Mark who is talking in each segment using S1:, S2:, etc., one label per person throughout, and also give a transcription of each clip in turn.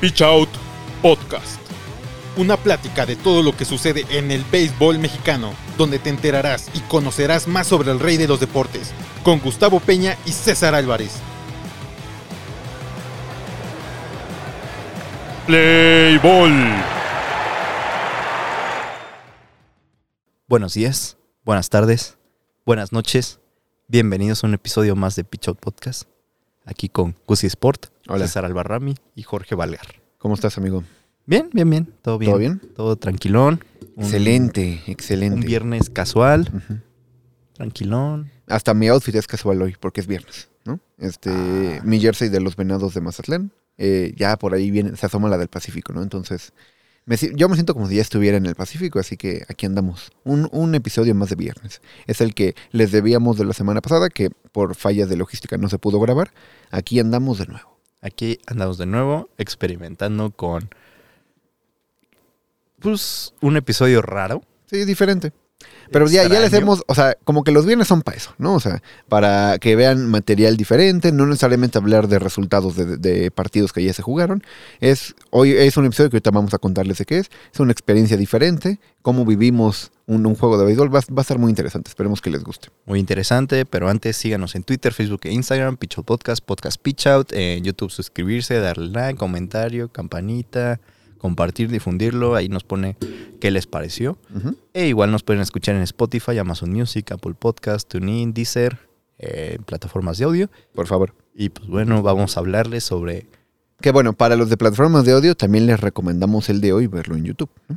S1: Pitch Out Podcast. Una plática de todo lo que sucede en el béisbol mexicano, donde te enterarás y conocerás más sobre el rey de los deportes, con Gustavo Peña y César Álvarez. Play Ball.
S2: Buenos días, buenas tardes, buenas noches. Bienvenidos a un episodio más de Pitch Out Podcast. Aquí con Cusi Sport,
S3: Hola.
S2: César Albarrami y Jorge Valgar.
S3: ¿Cómo estás, amigo?
S2: Bien, bien, bien. Todo bien.
S3: ¿Todo bien?
S2: Todo tranquilón. Un-
S3: excelente, excelente.
S2: Un viernes casual,
S3: Ujú.
S2: tranquilón.
S3: Hasta mi outfit es casual hoy, porque es viernes, ¿no? Este,
S2: Ah.
S3: mi jersey de los venados de Mazatlán. eh, ya por ahí viene, se asoma la del Pacífico, ¿no? Entonces, me si- yo me siento como si ya estuviera en el Pacífico, así que aquí andamos. Un, un episodio más de viernes. Es el que les debíamos de la semana pasada, que por fallas de logística no se pudo grabar. Aquí andamos de nuevo.
S2: Aquí andamos de nuevo experimentando con pues un episodio raro.
S3: Sí, diferente. Pero ya, ya les
S2: extraño.
S3: hemos, o sea, como que los viernes son para eso, ¿no? O sea, para que vean material diferente, no necesariamente hablar de resultados de, de partidos que ya se jugaron. Es, hoy es un episodio que ahorita vamos a contarles de qué es. Es una experiencia diferente, cómo vivimos un, un juego de béisbol. Va, va a estar muy interesante, esperemos que les guste.
S2: Muy interesante, pero antes síganos en Twitter, Facebook e Instagram, Pitch Out Podcast, Podcast Pitch Out, en YouTube suscribirse, darle like, comentario, campanita, compartir, difundirlo, ahí nos pone qué les pareció.
S3: Ujú.
S2: E igual nos pueden escuchar en Spotify, Amazon Music, Apple Podcast, TuneIn, Deezer, eh, plataformas de audio.
S3: Por favor.
S2: Y pues bueno, vamos a hablarles sobre...
S3: Que bueno, para los de plataformas de audio también les recomendamos el de hoy verlo en YouTube. Yo,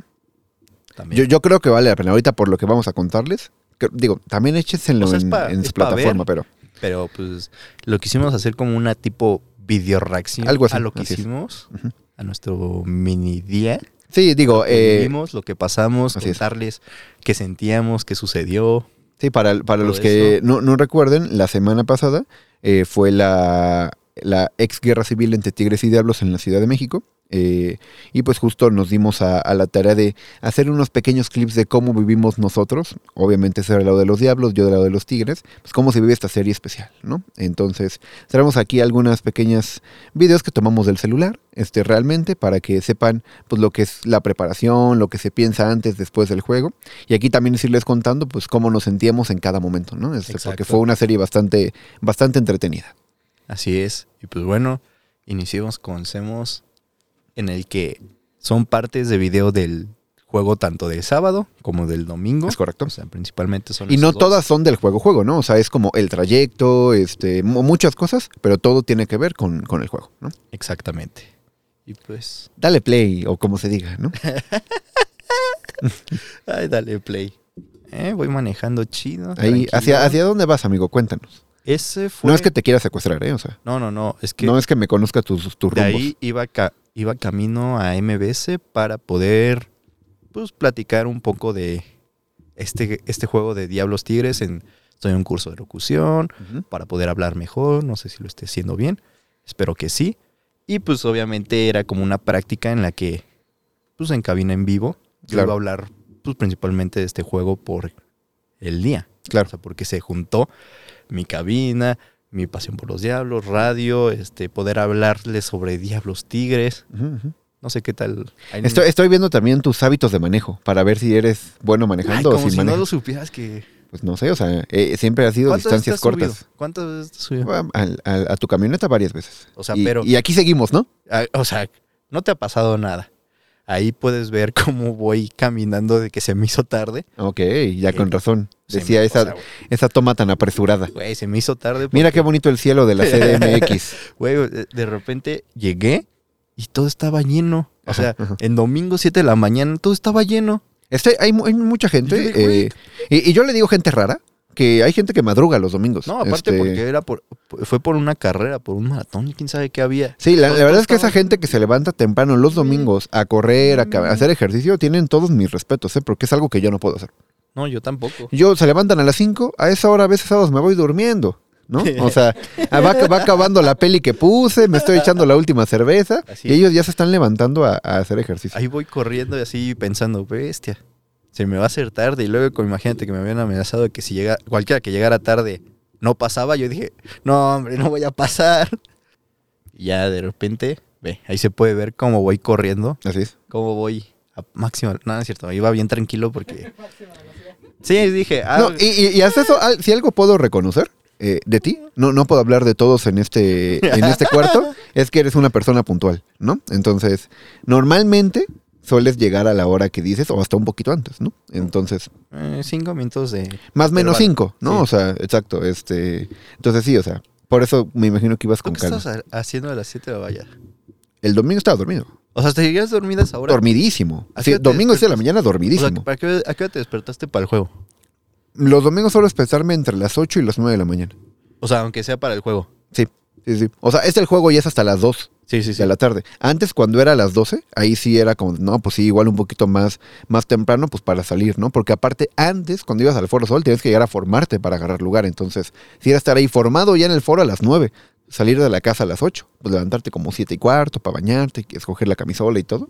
S2: También,
S3: yo creo que vale la pena. Ahorita por lo que vamos a contarles, que- digo, también échenselo
S2: O sea, es
S3: en,
S2: pa-
S3: en
S2: es
S3: su
S2: pa' ver.
S3: plataforma, pero...
S2: Pero pues lo quisimos hacer como una tipo video reacción
S3: Algo así,
S2: a lo que
S3: así es.
S2: hicimos,
S3: Ujú.
S2: a nuestro mini día.
S3: Sí, digo,
S2: que
S3: eh,
S2: vivimos, lo que pasamos,
S3: así es.
S2: contarles qué sentíamos, qué sucedió.
S3: Sí, para, para
S2: Todo
S3: los que
S2: eso.
S3: no, no recuerden, la semana pasada eh, fue la, la ex guerra civil entre Tigres y Diablos en la Ciudad de México. eh, y pues justo nos dimos a, a la tarea de hacer unos pequeños clips de cómo vivimos nosotros. Obviamente ese era el lado de los Diablos, yo del lado de los Tigres. Pues cómo se vive esta serie especial, ¿no? Entonces traemos aquí algunas pequeñas videos que tomamos del celular, este realmente, para que sepan pues lo que es la preparación, lo que se piensa antes, después del juego. Y aquí también es irles contando pues cómo nos sentíamos en cada momento, ¿no? Este,
S2: Exacto.
S3: porque fue una serie bastante, bastante entretenida.
S2: Así es. Y pues bueno, iniciamos con Semos, en el que son partes de video del juego tanto del sábado como del domingo.
S3: ¿Es correcto?
S2: O sea, principalmente son
S3: Y
S2: esos
S3: no
S2: dos.
S3: todas son del juego juego, ¿no? O sea, es como el trayecto, este, mu- muchas cosas, pero todo tiene que ver con, con el juego, ¿no?
S2: Exactamente. Y pues,
S3: Dale play, o como se diga, ¿no?
S2: ay, dale play. Eh, voy manejando chido.
S3: Ahí,
S2: tranquilo.
S3: ¿hacia, ¿hacia dónde vas, amigo? Cuéntanos.
S2: Ese fue.
S3: No es que te quiera secuestrar, ¿eh? O sea,
S2: no, no, no, Es que
S3: no es que me conozca tus, tus
S2: de
S3: rumbos.
S2: ahí iba, ca- iba camino a MBS para poder pues, platicar un poco de este, este juego de Diablos Tigres. En, estoy en un curso de locución
S3: Ujú.
S2: para poder hablar mejor. No sé si lo esté haciendo bien. Espero que sí. Y pues obviamente era como una práctica en la que, pues en cabina en vivo, yo
S3: Claro.
S2: iba a hablar pues, principalmente de este juego por el día.
S3: Claro.
S2: O sea, porque se juntó mi cabina, mi pasión por los diablos, radio, este, poder hablarles sobre diablos tigres.
S3: Ujú, ujú.
S2: No sé qué tal. Ahí
S3: Estoy,
S2: no-
S3: estoy viendo también tus hábitos de manejo para ver si eres bueno
S2: Ay,
S3: manejando
S2: como
S3: o sin
S2: si
S3: manejo.
S2: no lo supieras que.
S3: Pues no sé, o sea, eh, siempre ha sido
S2: ¿Cuántas
S3: distancias
S2: veces
S3: cortas.
S2: cortas. ¿Cuántas veces te has subido?
S3: Bueno, al- al- a tu camioneta varias veces.
S2: O sea,
S3: y,
S2: pero-
S3: y aquí seguimos, ¿no?
S2: Ah, O sea, no te ha pasado nada. Ahí puedes ver cómo voy caminando de que se me hizo tarde.
S3: Ok, ya
S2: Sí.
S3: con razón.
S2: Se
S3: Decía
S2: me- o
S3: esa,
S2: sea, güey,
S3: esa toma tan apresurada.
S2: Güey, se me hizo tarde.
S3: Mira qué bonito el cielo de la CDMX.
S2: Güey, de de repente llegué y todo estaba lleno. O sea,
S3: Ajá, ajá.
S2: en domingo 7 de la mañana todo estaba lleno.
S3: Este, hay, mu- hay mucha gente.
S2: Yo digo, güey,
S3: eh, y, y yo le digo gente rara, que hay gente que madruga los domingos.
S2: No, aparte
S3: Este,
S2: porque era por, fue por una carrera, por un maratón, quién sabe qué había.
S3: Sí, la, la
S2: Todos-
S3: verdad es que
S2: todos
S3: esa gente que se levanta temprano los domingos a correr, a, ca- a hacer ejercicio, tienen todos mis respetos, ¿eh? porque es algo que yo no puedo hacer.
S2: estaban- No, yo tampoco.
S3: Yo se levantan a las 5, a esa hora a veces sábados me voy durmiendo, ¿no? O sea, a- va, va acabando la peli que puse, me estoy echando la última cerveza
S2: Así
S3: y ellos ya se están levantando a, a hacer ejercicio.
S2: Ahí voy corriendo y así pensando, bestia, se me va a hacer tarde. Y luego, como imagínate que me habían amenazado de que si llega, cualquiera que llegara tarde no pasaba, yo dije, no, hombre, no voy a pasar. Y ya de repente, ve, ahí se puede ver cómo voy corriendo,
S3: Así es.
S2: cómo voy a máxima. No, no es cierto, iba bien tranquilo porque. Sí, dije, ah,
S3: No, y, y- y hasta eso, al- si algo puedo reconocer eh, de ti, no, no puedo hablar de todos en este, en este cuarto, es que eres una persona puntual, ¿no? Entonces, normalmente sueles llegar a la hora que dices o hasta un poquito antes, ¿no? Entonces,
S2: eh, cinco minutos de.
S3: más o
S2: Pero
S3: menos
S2: vale,
S3: cinco, ¿no?
S2: sí.
S3: O sea, exacto, este, entonces sí, o sea, por eso me imagino que ibas
S2: ¿Tú
S3: con
S2: qué
S3: calma.
S2: estás ha- haciendo a las siete de la valla?
S3: El domingo estaba dormido,
S2: O sea, te llegas dormidas ahora.
S3: dormidísimo.
S2: ¿A
S3: Sí,
S2: qué hora te
S3: domingo sí de la
S2: despertas?
S3: mañana
S2: O sea,
S3: dormidísimo.
S2: ¿para qué- ¿A qué hora te despertaste para el juego?
S3: Los domingos suelo despertarme entre las 8 y las 9 de la mañana.
S2: O sea, aunque sea para el juego.
S3: Sí, sí, sí. O sea, este el juego y es hasta las 2.
S2: Sí, sí,
S3: de la tarde. Antes, cuando era a las 12, ahí sí era como, no, pues sí, igual un poquito más, más temprano, pues para salir, ¿no? Porque aparte, antes, cuando ibas al Foro Sol, tenías que llegar a formarte para agarrar lugar. Entonces, si era estar ahí formado ya en el foro a las 9, salir de la casa a las 8, pues levantarte como 7 y cuarto para bañarte, que escoger la camisola y todo.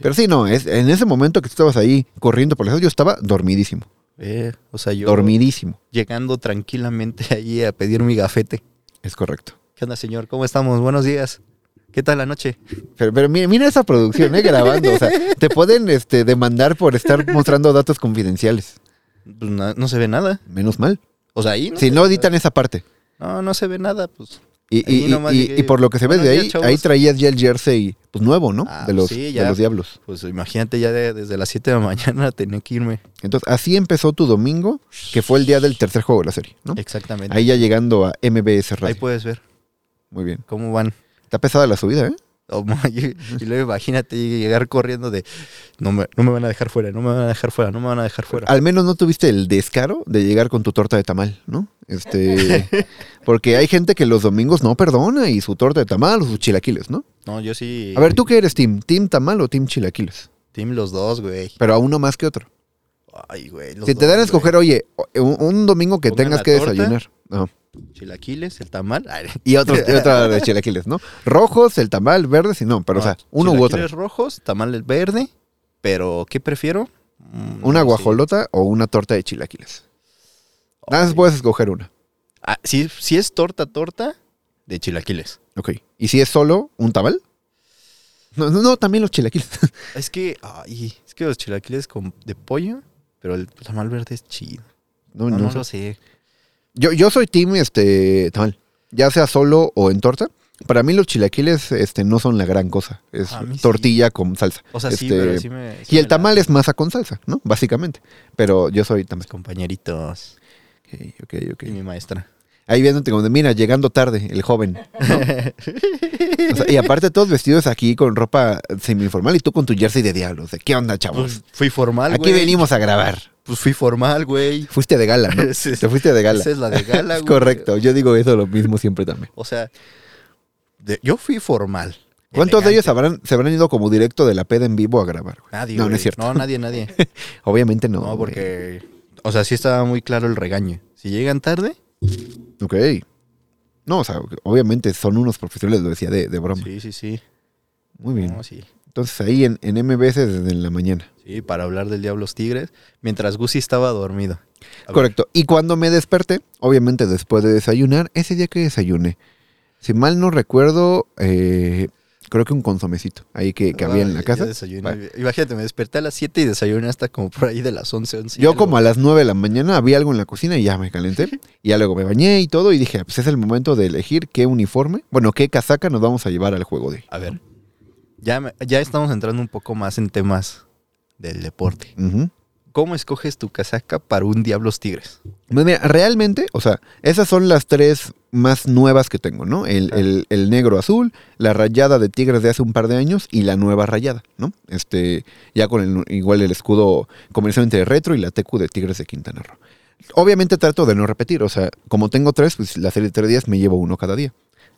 S3: Pero sí, no, es, en ese momento que tú estabas ahí corriendo por la ciudad, yo estaba dormidísimo,
S2: Eh, o sea, yo
S3: dormidísimo.
S2: llegando tranquilamente allí a pedir mi gafete.
S3: Es correcto.
S2: ¿Qué onda, señor? ¿Cómo estamos? Buenos días. ¿Qué tal la noche?
S3: Pero, pero mira, mira esa producción, ¿eh? Grabando. O sea, te pueden este, demandar por estar mostrando datos confidenciales.
S2: Pues na- no se ve nada.
S3: Menos mal.
S2: O sea, ahí no,
S3: Si no editan esa parte.
S2: no, no se ve nada, pues.
S3: Y, y-
S2: Ahí nomás
S3: y-
S2: llegué.
S3: y por lo que se ve
S2: Buenos
S3: de ahí,
S2: días, chavos.
S3: ahí traías ya el jersey pues, nuevo, ¿no?
S2: Ah,
S3: de, los,
S2: sí,
S3: de
S2: ya.
S3: los diablos.
S2: Pues imagínate ya de- desde las 7 de la mañana tenía que irme.
S3: Entonces, así empezó tu domingo, que fue el día del tercer juego de la serie, ¿no?
S2: Exactamente. Ahí,
S3: Ahí ya llegando a MBS Radio.
S2: puedes ver
S3: Muy bien.
S2: cómo van.
S3: Está pesada la subida, ¿eh?
S2: O mo- Y y luego imagínate llegar corriendo de no me, no me van a dejar fuera, no me van a dejar fuera, no me van a dejar fuera.
S3: Al menos no tuviste el descaro de llegar con tu torta de tamal, ¿no? Este, porque hay gente que los domingos no perdona y su torta de tamal o sus chilaquiles, ¿no?
S2: No, yo sí.
S3: A ver, ¿tú qué eres, Tim? ¿Team tamal o Team chilaquiles?
S2: Team los dos, güey.
S3: Pero a uno más que otro.
S2: Ay, güey. los
S3: Si te
S2: dos,
S3: dan a
S2: güey.
S3: escoger, oye, o- eh, un, un domingo que
S2: Una
S3: tengas
S2: la
S3: que
S2: torta.
S3: desayunar. Ajá.
S2: Chilaquiles, el tamal. Ay,
S3: Y otro, y otra de chilaquiles, ¿no? Rojos, el tamal, verdes y no, pero o sea,
S2: No,
S3: uno u otro.
S2: Ah, chilaquiles rojos, tamales verde, pero ¿qué prefiero? Mm, no
S3: Una
S2: sé.
S3: guajolota o una torta de chilaquiles. Nada más
S2: Ok.
S3: puedes escoger una.
S2: Ah, si, si es torta, torta, de chilaquiles.
S3: Ok. ¿Y si es solo un tamal? No, no, no, también los chilaquiles.
S2: Es que, ay, es que los chilaquiles con, de pollo, pero el tamal verde es chido.
S3: No,
S2: No,
S3: no
S2: no
S3: sé.
S2: lo sé.
S3: Yo, yo soy team este tamal. Ya sea solo o en torta. Para mí los chilaquiles este, no son la gran cosa. Es
S2: A mí sí.
S3: tortilla con salsa.
S2: O sea, sí,
S3: Este,
S2: pero sí me... sí
S3: Y
S2: me
S3: el tamal
S2: late.
S3: es masa con salsa, ¿no? Básicamente. Pero yo soy tamal.
S2: Compañeritos
S3: Ok, ok, ok.
S2: y mi maestra.
S3: Ahí viéndote como de, mira, llegando tarde, el joven. ¿no? O sea, y aparte todos vestidos aquí con ropa semi-informal y tú con tu jersey de diablos. ¿De qué onda, chavos?
S2: Pues fui formal,
S3: aquí
S2: güey.
S3: venimos a grabar.
S2: Pues fui formal, güey.
S3: Fuiste de gala, ¿no?
S2: Sí,
S3: Te fuiste de gala.
S2: Esa es la de gala,
S3: Es
S2: güey.
S3: correcto. Yo digo eso lo mismo siempre también.
S2: O sea, de- yo fui formal.
S3: ¿Cuántos de ellos
S2: Elegante.
S3: habrán, se habrán ido como directo de la peda en vivo a grabar? güey?
S2: Nadie.
S3: No, no
S2: güey.
S3: es cierto.
S2: No, nadie, nadie.
S3: Obviamente no.
S2: No,
S3: güey.
S2: porque. O sea, sí estaba muy claro el regaño. Si llegan tarde.
S3: Ok. No, o sea, obviamente son unos profesionales, lo decía de, de broma.
S2: Sí, sí, sí.
S3: Muy bien.
S2: No, sí.
S3: Entonces ahí en, en MBS desde la mañana.
S2: Sí, para hablar del Diablos Tigres. Mientras Gusi estaba dormido. A ver,
S3: Correcto. Y cuando me desperté, obviamente después de desayunar, ese día que desayuné, si mal no recuerdo, eh, creo que un consomecito ahí que, que había en la
S2: yo
S3: casa.
S2: Ah, desayuné.
S3: Bueno.
S2: Imagínate, me desperté a las 7 y desayuné hasta como por ahí de las 11, 11. y
S3: Yo
S2: algo.
S3: como a las 9 de la mañana había algo en la cocina y ya me calenté. Y ya luego me bañé y todo y dije, ah, pues es el momento de elegir qué uniforme, bueno, qué casaca nos vamos a llevar al juego de hoy.
S2: A ver. Ya, me- ya estamos entrando un poco más en temas del deporte.
S3: Ujú.
S2: ¿Cómo escoges tu casaca para un Diablos Tigres?
S3: Pues mira, realmente, o sea, esas son las tres más nuevas que tengo, ¿no? El,
S2: Ajá.
S3: el- el negro azul, la rayada de tigres de hace un par de años y la nueva rayada, ¿no? Este, ya con el- igual el escudo comercialmente retro y la tecu de tigres de Quintana Roo. Obviamente trato de no repetir, o sea, como tengo tres, pues la serie de tres días me llevo uno cada día.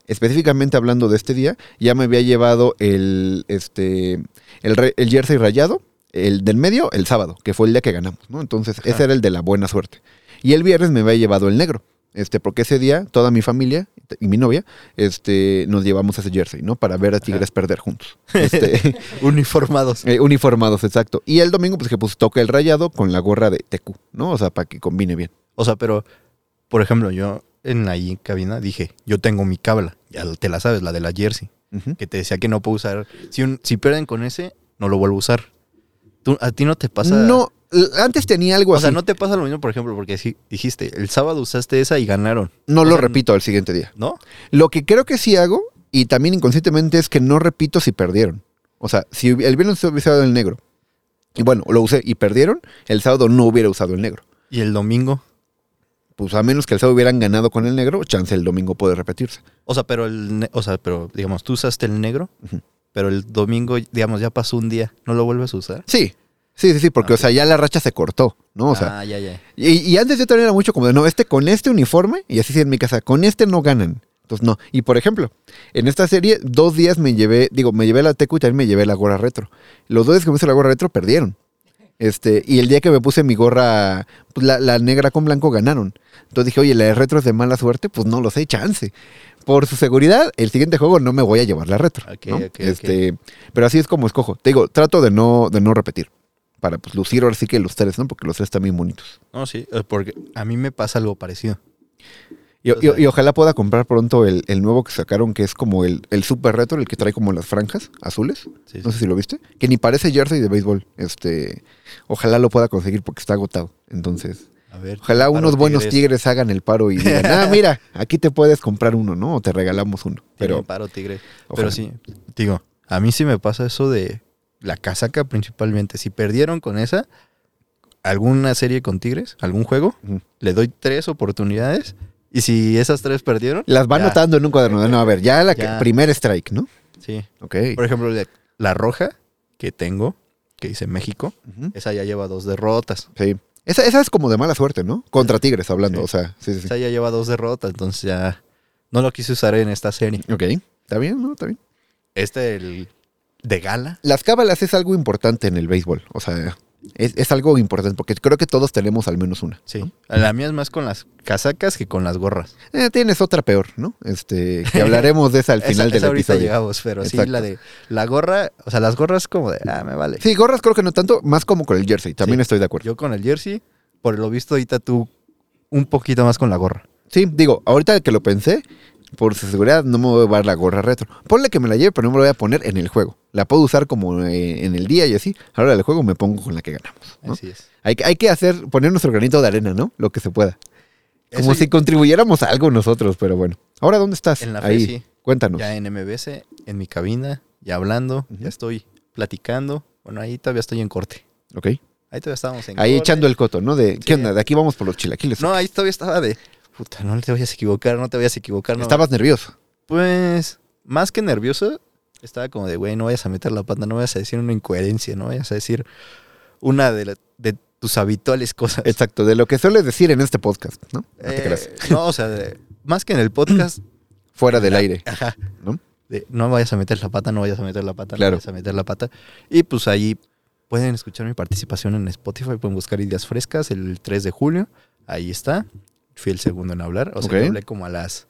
S3: Específicamente hablando de este día, ya me había llevado el, este, el, re- el jersey rayado, el del medio, el sábado, que fue el día que ganamos, ¿no? Entonces, ese era el de la buena suerte. Y el viernes me había llevado el negro, este, porque ese día toda mi familia y mi novia, este, nos llevamos ese jersey, ¿no? Para ver a Tigres perder juntos. Este,
S2: Uniformados.
S3: eh, uniformados, exacto. Y el domingo, pues que pues toca el rayado con la gorra de TQ, ¿no? O sea, para que combine bien.
S2: O sea, pero, por ejemplo, yo en la i- cabina dije, yo tengo mi cabla, ya te la sabes, la de la jersey,
S3: Ujú.
S2: que te decía que no puedo usar. Si, un- si pierden con ese, no lo vuelvo a usar. ¿Tú- ¿A ti no te pasa?
S3: no, l- antes tenía algo
S2: O
S3: así.
S2: sea,
S3: no,
S2: no te pasa lo mismo, por ejemplo, porque si dijiste, el sábado usaste esa y ganaron, o
S3: lo
S2: sea,
S3: repito al siguiente día.
S2: ¿no?
S3: Lo que creo que sí hago, y también inconscientemente, es que no repito si perdieron. O sea, si hubi- el viernes hubiera usado el negro, y bueno, lo usé y perdieron, el sábado no hubiera usado el negro.
S2: Y el domingo.
S3: Pues a menos que el sábado hubieran ganado con el negro, chance el domingo puede repetirse.
S2: O sea, pero el ne- o sea, pero digamos, tú usaste el negro,
S3: Ujú.
S2: pero el domingo, digamos, ya pasó un día, ¿no lo vuelves a usar?
S3: Sí, sí, sí, sí, porque,
S2: Ah,
S3: o sea, ya la racha se cortó, ¿no? O sea,
S2: ah, ya, ya.
S3: Y, y antes yo también era mucho como de, no, este con este uniforme, y así sí en mi casa, con este no ganan. Entonces, no. Y por ejemplo, en esta serie, dos días me llevé, digo, me llevé la tecu y también me llevé la gorra retro. Los dos días que me hice la gorra retro perdieron. Este, y el día que me puse mi gorra, pues, la, la negra con blanco ganaron. Entonces dije, oye, la de retro es de mala suerte, pues no lo sé, chance. Por su seguridad, el siguiente juego no me voy a llevar la retro.
S2: Ok,
S3: ¿no?
S2: ok, ok.
S3: este, Pero así es como escojo. Te digo, trato de no, de no repetir. Para pues lucir ahora sí que los tres, ¿no? Porque los tres están bien bonitos.
S2: No, sí, eh, porque a mí me pasa algo parecido.
S3: Y,
S2: O sea-
S3: y- y ojalá pueda comprar pronto el, el nuevo que sacaron, que es como el, el Super Retro, el que trae como las franjas azules.
S2: Sí,
S3: No sé si lo viste. Que ni parece jersey de béisbol. Este, ojalá lo pueda conseguir porque está agotado. Entonces,
S2: A ver.
S3: ojalá
S2: para
S3: unos buenos
S2: Tigres.
S3: tigres hagan el paro y digan, ah, mira, aquí te puedes comprar uno, ¿no? O te regalamos uno.
S2: Pero,
S3: Pero
S2: paro tigre.
S3: Ojalá.
S2: Pero sí, digo, a mí sí me pasa eso de la casaca principalmente. Si perdieron con esa, alguna serie con tigres, algún juego,
S3: Ujú.
S2: le doy tres oportunidades. Y si esas tres perdieron,
S3: las va
S2: ya,
S3: anotando en un cuaderno. de, No, a ver, ya la que-
S2: Ya.
S3: primer strike, ¿no?
S2: Sí.
S3: Ok.
S2: Por ejemplo, la- la roja que tengo, que dice México,
S3: Ujú.
S2: esa ya lleva dos derrotas.
S3: Sí. Esa, esa es como de mala suerte, ¿no? Contra tigres hablando.
S2: Sí.
S3: O sea, sí, sí, sí.
S2: Esa ya lleva dos derrotas, entonces ya no lo quise usar en esta serie.
S3: Ok. Está bien, ¿no? Está bien.
S2: Este, el de gala.
S3: Las cábalas es algo importante en el béisbol. O sea, es, es algo importante porque creo que todos tenemos al menos una.
S2: Sí. La mía es más con las casacas que con las gorras.
S3: Eh, tienes otra peor, ¿no? Este, que hablaremos de esa al
S2: Esa-
S3: final
S2: esa
S3: del
S2: ahorita
S3: episodio.
S2: llegamos, pero sí,
S3: Exacto.
S2: la de la gorra, o sea, las gorras como de, ah, me vale.
S3: Sí, gorras creo que no tanto, más como con el jersey. También
S2: Sí.
S3: estoy de acuerdo.
S2: Yo con el jersey, por lo visto ahorita tú un poquito más con la gorra.
S3: Sí, digo, ahorita que lo pensé, por su seguridad no me voy a llevar la gorra retro. Ponle que me la lleve, pero no me la voy a poner en el juego. La puedo usar como eh, en el día y así. Ahora el juego me pongo con la que ganamos. ¿no?
S2: Así es.
S3: Hay, que- hay que hacer, poner nuestro granito de arena, ¿no? Lo que se pueda. Como
S2: Eso
S3: si contribuyéramos a algo nosotros, pero bueno. Ahora, ¿dónde estás?
S2: En la fe,
S3: Ahí,
S2: sí.
S3: cuéntanos.
S2: Ya en MBC, en mi cabina, ya hablando,
S3: Ujú.
S2: ya estoy platicando. Bueno, ahí todavía estoy en corte.
S3: Ok.
S2: Ahí todavía estábamos en
S3: Ahí
S2: corte.
S3: echando el coto, ¿no? De,
S2: Sí.
S3: ¿qué onda? De aquí vamos por los chilaquiles.
S2: No, ahí todavía estaba de, puta, no te vayas a equivocar, no te vayas a equivocar. No.
S3: Estabas nervioso.
S2: Pues, más que nervioso, estaba como de, güey, no vayas a meter la pata, no vayas a decir una incoherencia, no vayas a decir una de, la- de tus habituales cosas.
S3: Exacto, de lo que sueles decir en este podcast, ¿no? Eh, No te
S2: Eh,
S3: creas.
S2: no, o sea, de- más que en el podcast,
S3: Fuera del aire.
S2: ajá,
S3: ¿No?
S2: de, no vayas a meter la pata, no vayas a meter la pata,
S3: Claro.
S2: no vayas a meter la pata. Y pues ahí pueden escuchar mi participación en Spotify, pueden buscar Ideas Frescas el 3 de julio, ahí está. Fui el segundo en hablar, o sea, yo
S3: Ok.
S2: hablé como a las...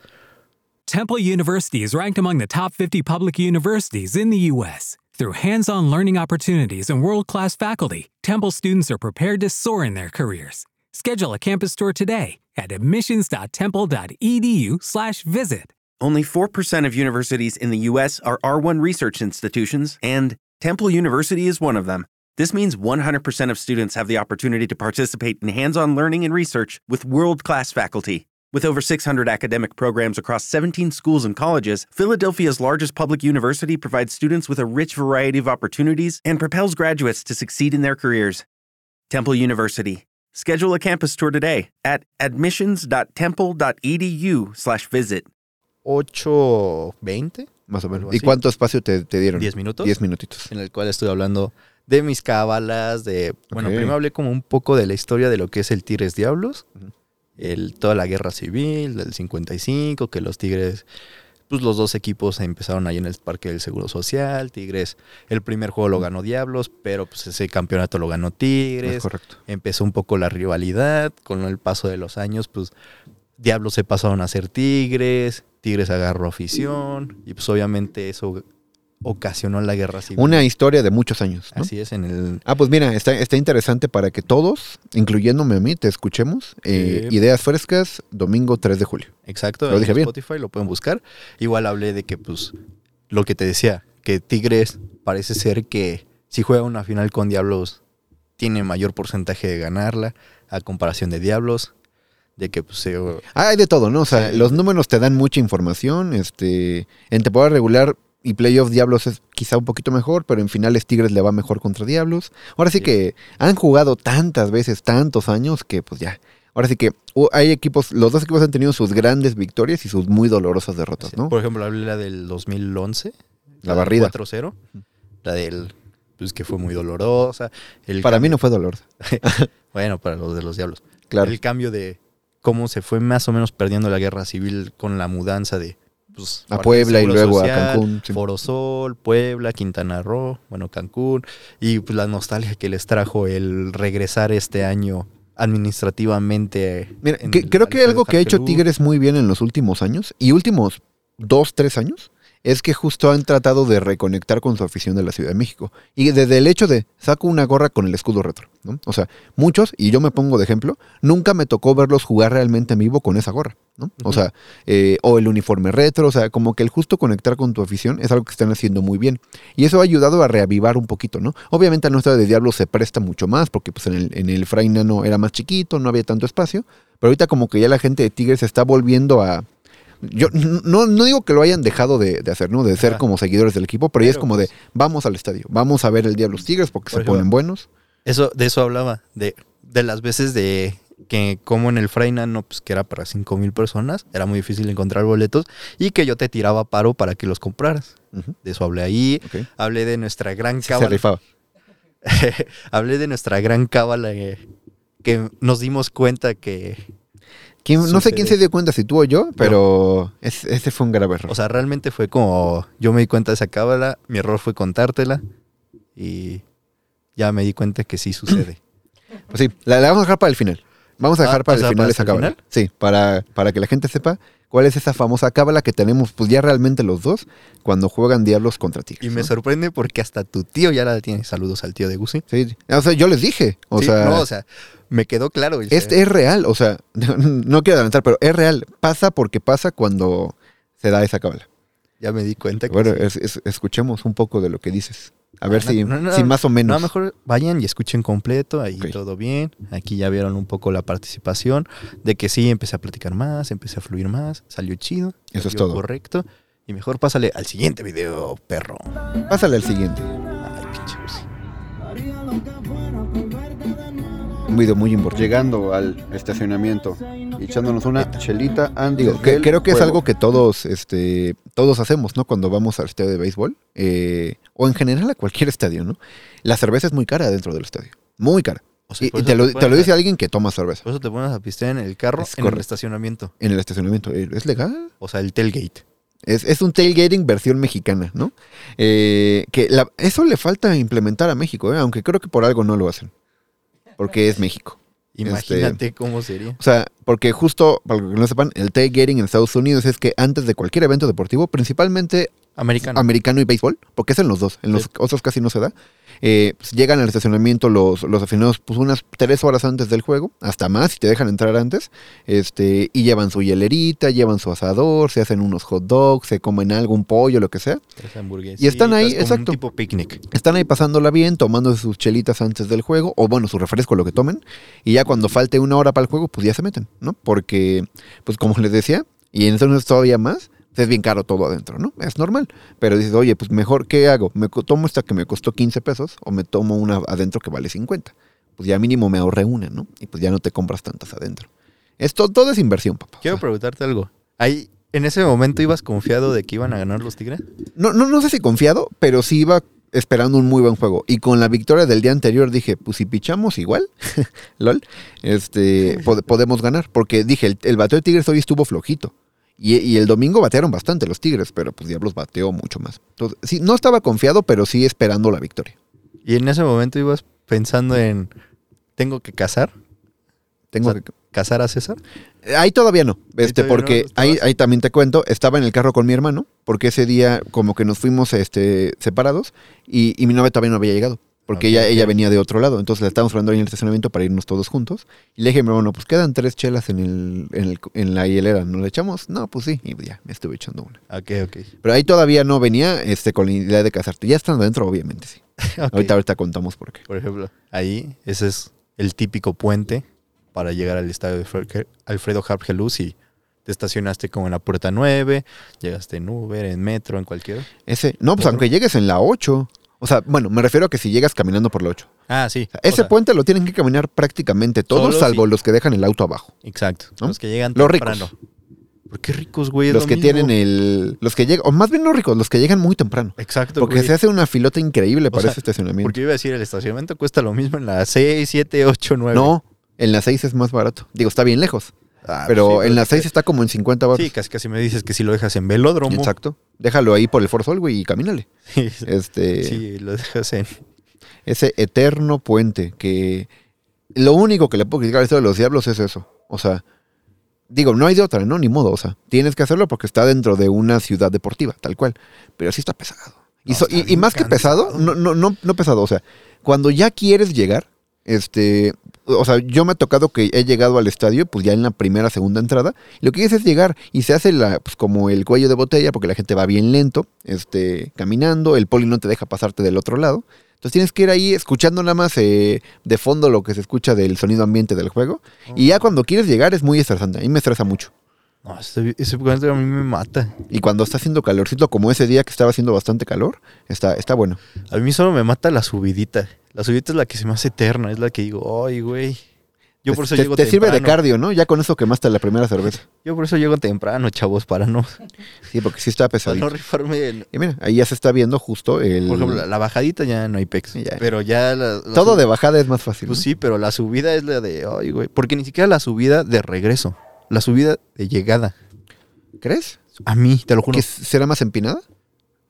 S4: Temple University is ranked among the top 50 public universities in the U.S. Through hands on learning opportunities and world class faculty, Temple students are prepared to soar in their careers. Schedule a campus tour today at E admissions.temple.edu/slash visit.
S5: Only 4% of universities in the U.S. are R1 research institutions, and Temple University is one of them. This means 100% of students have the opportunity to participate in hands on learning and research with world class faculty. With over 600 academic programs across 17 schools and colleges, Philadelphia's largest public university provides students with a rich variety of opportunities and propels graduates to succeed in their careers. Temple University. Schedule a campus tour today at admissions.temple.edu/visit.
S2: 8.20,
S3: Más o menos.
S2: Algo
S3: ¿Y
S2: así.
S3: cuánto espacio te, te dieron?
S2: 10 minutos,
S3: Diez minutitos.
S2: en el cual estoy hablando de mis cábalas, de... Bueno,
S3: Ok.
S2: primero hablé como un poco de la historia de lo que es el Tigres Diablos, el, toda la guerra civil del 55, que los Tigres, pues los dos equipos empezaron ahí en el Parque del Seguro Social, Tigres, el primer juego lo ganó Diablos, pero pues ese campeonato lo ganó
S3: Es
S2: Tigres,
S3: correcto.
S2: empezó un poco la rivalidad, con el paso de los años, pues Diablos se pasaron a ser Tigres, Tigres agarró afición, y pues obviamente eso ocasionó la guerra civil.
S3: Una historia de muchos años. ¿no?
S2: Así es, en el...
S3: Ah, pues mira, está, está interesante para que todos, incluyéndome a mí, te escuchemos. Eh,
S2: Sí.
S3: Ideas frescas, domingo 3 de julio.
S2: Exacto,
S3: Lo
S2: en
S3: dije bien.
S2: Spotify lo pueden buscar. Igual hablé de que, pues, lo que te decía, que Tigres parece ser que si juega una final con Diablos, tiene mayor porcentaje de ganarla a comparación de Diablos, de que, pues, se-
S3: Ah, hay de todo, ¿no? O sea,
S2: Sí.
S3: los números te dan mucha información. Este, en temporada regular y playoff Diablos es quizá un poquito mejor, pero en finales Tigres le va mejor contra Diablos. Ahora sí,
S2: Sí.
S3: que han jugado tantas veces, tantos años, que pues ya. Ahora sí que uh, hay equipos, los dos equipos han tenido sus grandes victorias y sus muy dolorosas derrotas, ¿no?
S2: por ejemplo, hablé la del 2011.
S3: La
S2: del
S3: barrida.
S2: 4-0, la del, pues, que fue muy dolorosa. El
S3: Para mí no fue dolor.
S2: Bueno, para los de los Diablos.
S3: Claro.
S2: El cambio de cómo se fue más o menos perdiendo la guerra civil con la mudanza de pues,
S3: A
S2: Parque
S3: Puebla y
S2: Seguro
S3: luego a Cancún, sí.
S2: Foro Sol, Puebla, Quintana Roo, bueno, Cancún. Y pues, la nostalgia que les trajo el regresar este año administrativamente.
S3: Mira,
S2: en
S3: que-
S2: el-
S3: creo que
S2: al
S3: algo que ha hecho
S2: Perú.
S3: Tigres muy bien en los últimos años, y últimos dos, tres años, es que justo han tratado de reconectar con su afición de la Ciudad de México. Y desde el hecho de, saco una gorra con el escudo retro, ¿no? O sea, muchos, y yo me pongo de ejemplo, nunca me tocó verlos jugar realmente en vivo con esa gorra, ¿no? O sea, eh, o el uniforme retro, o sea, como que el justo conectar con tu afición es algo que están haciendo muy bien. Y eso ha ayudado a reavivar un poquito, ¿no? Obviamente la nuestra de Diablo se presta mucho más, porque pues en el, en el Fray Nano era más chiquito, no había tanto espacio, pero ahorita como que ya la gente de Tigres está volviendo a... Yo n- no, no digo que lo hayan dejado de, de hacer, ¿no? De ser
S2: Ajá.
S3: como seguidores del equipo, pero ya es
S2: Pero, pues
S3: como de, vamos al estadio, vamos a ver el día de los Tigres
S2: Por
S3: porque se
S2: ejemplo,
S3: ponen buenos.
S2: Eso, de eso hablaba, de, de las veces de que como en el Freina, no, pues que era para 5 mil personas, era muy difícil encontrar boletos y que yo te tiraba paro para que los compraras.
S3: Ujú.
S2: De eso hablé ahí,
S3: Ok.
S2: hablé de nuestra gran
S3: Sí, se
S2: cábala.
S3: rifaba.
S2: hablé de nuestra gran cábala eh, que nos dimos cuenta que,
S3: ¿Quién- no sé
S2: Sucede.
S3: quién se dio cuenta, si tú o yo, pero es- ese fue un grave error.
S2: o sea, realmente fue como, yo me di cuenta de esa cábala, mi error fue contártela y ya me di cuenta que sí sucede.
S3: Pues sí, la, la vamos a dejar para el final. Vamos a dejar
S2: Ah,
S3: para
S2: o
S3: el
S2: sea,
S3: final
S2: ¿para
S3: esa
S2: el
S3: cábala.
S2: final?
S3: Sí, para, para que la gente sepa cuál es esa famosa cábala que tenemos, pues ya realmente los dos, cuando juegan diablos contra tigres.
S2: y me
S3: ¿no?
S2: sorprende porque hasta tu tío ya la tiene. Saludos al tío de Gusi.
S3: Sí, o sea, yo les dije. O
S2: Sí,
S3: sea, este
S2: no, o sea, me quedó claro. y
S3: es,
S6: Este,
S2: se-
S3: es real, o sea, no quiero adelantar, pero es real. Pasa porque pasa cuando se da esa cábala.
S2: ya me di cuenta. que
S3: Bueno,
S2: sí.
S3: es- es- escuchemos un poco de lo que dices.
S6: Ah,
S3: A ver
S2: No,
S3: si,
S2: no, no,
S3: si Este, más o
S2: No,
S3: menos.
S2: mejor vayan y escuchen completo, ahí
S3: Ok.
S2: todo bien. Aquí ya vieron un poco la participación, de que sí, empecé a platicar más, empecé a fluir más, salió chido.
S3: Eso es
S2: salió
S3: todo.
S2: Correcto. Y mejor pásale al siguiente video, perro.
S3: Pásale al siguiente.
S2: Ay, pinche Gusi.
S3: Un video muy importante.
S6: Llegando al estacionamiento y echándonos una chelita, Andy.
S3: Digo, que- creo que es
S6: Fuego.
S3: algo que todos, este, todos hacemos, ¿no? Cuando vamos al estadio de béisbol, eh, o en general a cualquier estadio, ¿no? La cerveza es muy cara dentro del estadio. Muy cara.
S2: O sea,
S3: Y,
S2: Pues por
S3: y
S2: eso
S3: te lo, te
S2: pones
S3: lo
S2: a-
S3: dice alguien que toma cerveza
S2: Por eso te pones a pistear en el carro,
S3: Es
S2: en el
S3: correcto.
S2: estacionamiento.
S3: en el estacionamiento. Eh, ¿Es legal?
S2: O sea, el tailgate.
S3: Es, es un tailgating versión mexicana, ¿no? Eh, que la- eso le falta implementar a México, ¿eh? aunque creo que por algo no lo hacen. Porque es México.
S2: Imagínate cómo sería.
S3: O sea, porque justo, para los que no sepan, el tailgating en Estados Unidos es que antes de cualquier evento deportivo, principalmente
S2: Americano.
S3: americano y béisbol, porque es en los dos, en los
S2: Sí.
S3: otros casi no se da. Eh, pues, llegan al estacionamiento los, los aficionados pues, unas tres horas antes del juego, hasta más, si te dejan entrar antes, este, y llevan su hielerita, llevan su asador, se hacen unos hot dogs, se comen algo, un pollo, lo que sea.
S2: Tres hamburguesitas,
S3: Y están ahí,
S2: como
S3: exacto.
S2: Un tipo picnic.
S3: Están ahí pasándola bien, tomando sus chelitas antes del juego, o bueno, su refresco, lo que tomen, y ya cuando falte una hora para el juego, pues ya se meten, ¿no? Porque, pues como les decía, y en entonces todavía más, pues, es bien caro todo adentro, ¿no? Es normal. Pero dices, oye, pues mejor, ¿qué hago? ¿Me co- tomo esta que me costó 15 pesos o me tomo una adentro que vale 50? Pues ya mínimo me ahorré una, ¿no? Y pues ya no te compras tantas adentro. Esto todo es inversión, papá. O
S2: Quiero
S3: sea,
S2: preguntarte algo. Ahí, en ese momento ibas confiado de que iban a ganar los Tigres.
S3: no, no, no sé si confiado, pero sí iba esperando un muy buen juego. Y con la victoria del día anterior dije, pues si pichamos igual, lol, este, pod- podemos ganar. Porque dije, el, el bateo de Tigres hoy estuvo flojito. Y, y el domingo batearon bastante los Tigres, pero pues Diablos bateó mucho más. Entonces, sí, no estaba confiado, pero sí esperando la victoria.
S2: Y en ese momento ibas pensando en, ¿tengo que casar?
S3: Tengo
S2: O sea,
S3: que-
S2: ¿Casar a César?
S3: Eh, Ahí todavía no, este,
S2: todavía
S3: porque
S2: no, estabas-
S3: ahí, ahí también te cuento, estaba en el carro con mi hermano, porque ese día como que nos fuimos este, separados y, y mi novia todavía no había llegado, porque
S2: Ok,
S3: ella,
S2: ok.
S3: ella venía de otro lado, entonces la estábamos hablando ahí en el estacionamiento para irnos todos juntos. Y le dije a mi hermano, pues quedan tres chelas en, el, en, el- en la hielera, ¿nos la echamos? No, pues sí, y ya, me estuve echando una.
S2: Ah, Ok, ok.
S3: Pero ahí todavía no venía este, con la idea de casarte, ya están adentro obviamente, sí.
S2: Ok.
S3: Ahorita, ahorita contamos por qué.
S2: Por ejemplo, ahí ese es el típico puente para llegar al estadio de Fer- Alfredo Hargeluz y te estacionaste como en la puerta 9, llegaste en Uber, en metro, en cualquier...
S3: Ese, no, pues
S2: Por-
S3: aunque llegues en la 8, o sea, bueno, me refiero a que si llegas caminando por la 8.
S2: Ah, sí.
S3: Ese
S2: o sea,
S3: puente lo tienen que caminar prácticamente todos,
S2: Solo
S3: salvo
S2: si-
S3: los que dejan el auto abajo.
S2: Exacto.
S3: ¿no?
S2: Los que llegan
S3: Los
S2: temprano. ¿Por qué ricos, güey? Es
S3: Los
S2: lo
S3: que
S2: mismo.
S3: tienen el. Los que llegan, o más bien no ricos, los que llegan muy temprano.
S2: Exacto,
S3: Porque
S2: güey.
S3: se hace una filota increíble
S2: O
S3: para
S2: sea,
S3: ese estacionamiento.
S2: Porque iba a decir, el estacionamiento cuesta lo mismo en la 6, 7, 8, 9.
S3: No, en las 6 es más barato. Digo, está bien lejos.
S2: Ah, pues
S3: pero en las 6 está como en 50 baros.
S2: Sí, casi, casi me dices que si lo dejas en velódromo.
S3: Exacto. Déjalo ahí por el Forzol, güey, y camínale.
S2: Sí,
S3: Este,
S2: sí, lo dejas en...
S3: Ese eterno puente que... Lo único que le puedo criticar a esto de los diablos es eso. O sea, digo, no hay de otra, ¿no? Ni modo. O sea, tienes que hacerlo porque está dentro de una ciudad deportiva, tal cual. Pero sí está pesado. Y,
S2: No,
S3: so-
S2: está
S3: y- y
S2: bien
S3: más que pesado,
S2: cansado.
S3: no, no, no, no pesado. O sea, cuando ya quieres llegar, este... O sea, yo me ha tocado que he llegado al estadio, pues ya en la primera, segunda entrada, y lo que quieres es llegar y se hace la, pues, como el cuello de botella porque la gente va bien lento, este, caminando, el poli no te deja pasarte del otro lado. Entonces tienes que ir ahí escuchando nada más eh, de fondo lo que se escucha del sonido ambiente del juego. Y ya cuando quieres llegar es muy estresante. A mí me estresa mucho.
S2: No, ese, ese puente a mí me mata.
S3: Y cuando está haciendo calorcito, como ese día que estaba haciendo bastante calor, está, está bueno.
S2: A mí solo me mata la subidita. La subidita es la que se me hace eterna, es la que digo, ay, güey. Yo por
S3: Te-
S2: eso
S3: te,
S2: llego
S3: te
S2: temprano.
S3: sirve de cardio, ¿no? Ya con eso quemaste la primera cerveza.
S2: Yo por eso llego temprano, chavos, para no,
S3: Sí, porque sí está
S2: para no
S3: pesadito.
S2: rifarme. el-
S3: Y mira, ahí ya se está viendo justo el...
S2: Por ejemplo, la, la bajadita ya no hay pex.
S3: Ya.
S2: Pero ya la- la
S3: Todo
S2: sub-
S3: de bajada es más fácil.
S2: Pues
S3: ¿no?
S2: sí, pero la subida es la de, ay, güey. Porque ni siquiera la subida de regreso, la subida de llegada.
S3: ¿Crees?
S2: A mí, te lo juro.
S3: ¿Que será más empinada?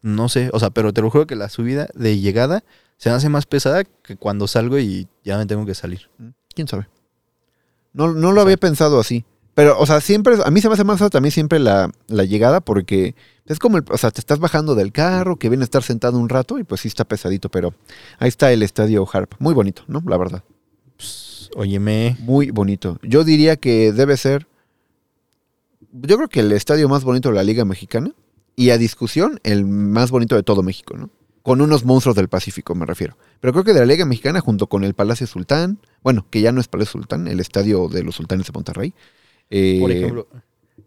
S2: No sé, o sea, pero te lo juro que la subida de llegada se me hace más pesada que cuando salgo y ya me tengo que salir.
S3: quién sabe. No, no lo había pensado así. Pero, o sea, siempre, a mí se me hace más fácil también siempre la, la llegada porque es como, el- o sea, te estás bajando del carro, que viene a estar sentado un rato y pues sí está pesadito, pero ahí está el estadio Harp. Muy bonito, ¿no? La verdad.
S2: Pues, óyeme.
S3: Muy bonito. Yo diría que debe ser, yo creo que el estadio más bonito de la Liga Mexicana y a discusión el más bonito de todo México, ¿no? Con unos monstruos del Pacífico, me refiero. Pero creo que de la Liga Mexicana, junto con el Palacio Sultán, bueno, que ya no es Palacio Sultán, el estadio de los Sultanes de Monterrey. eh,
S2: Por ejemplo,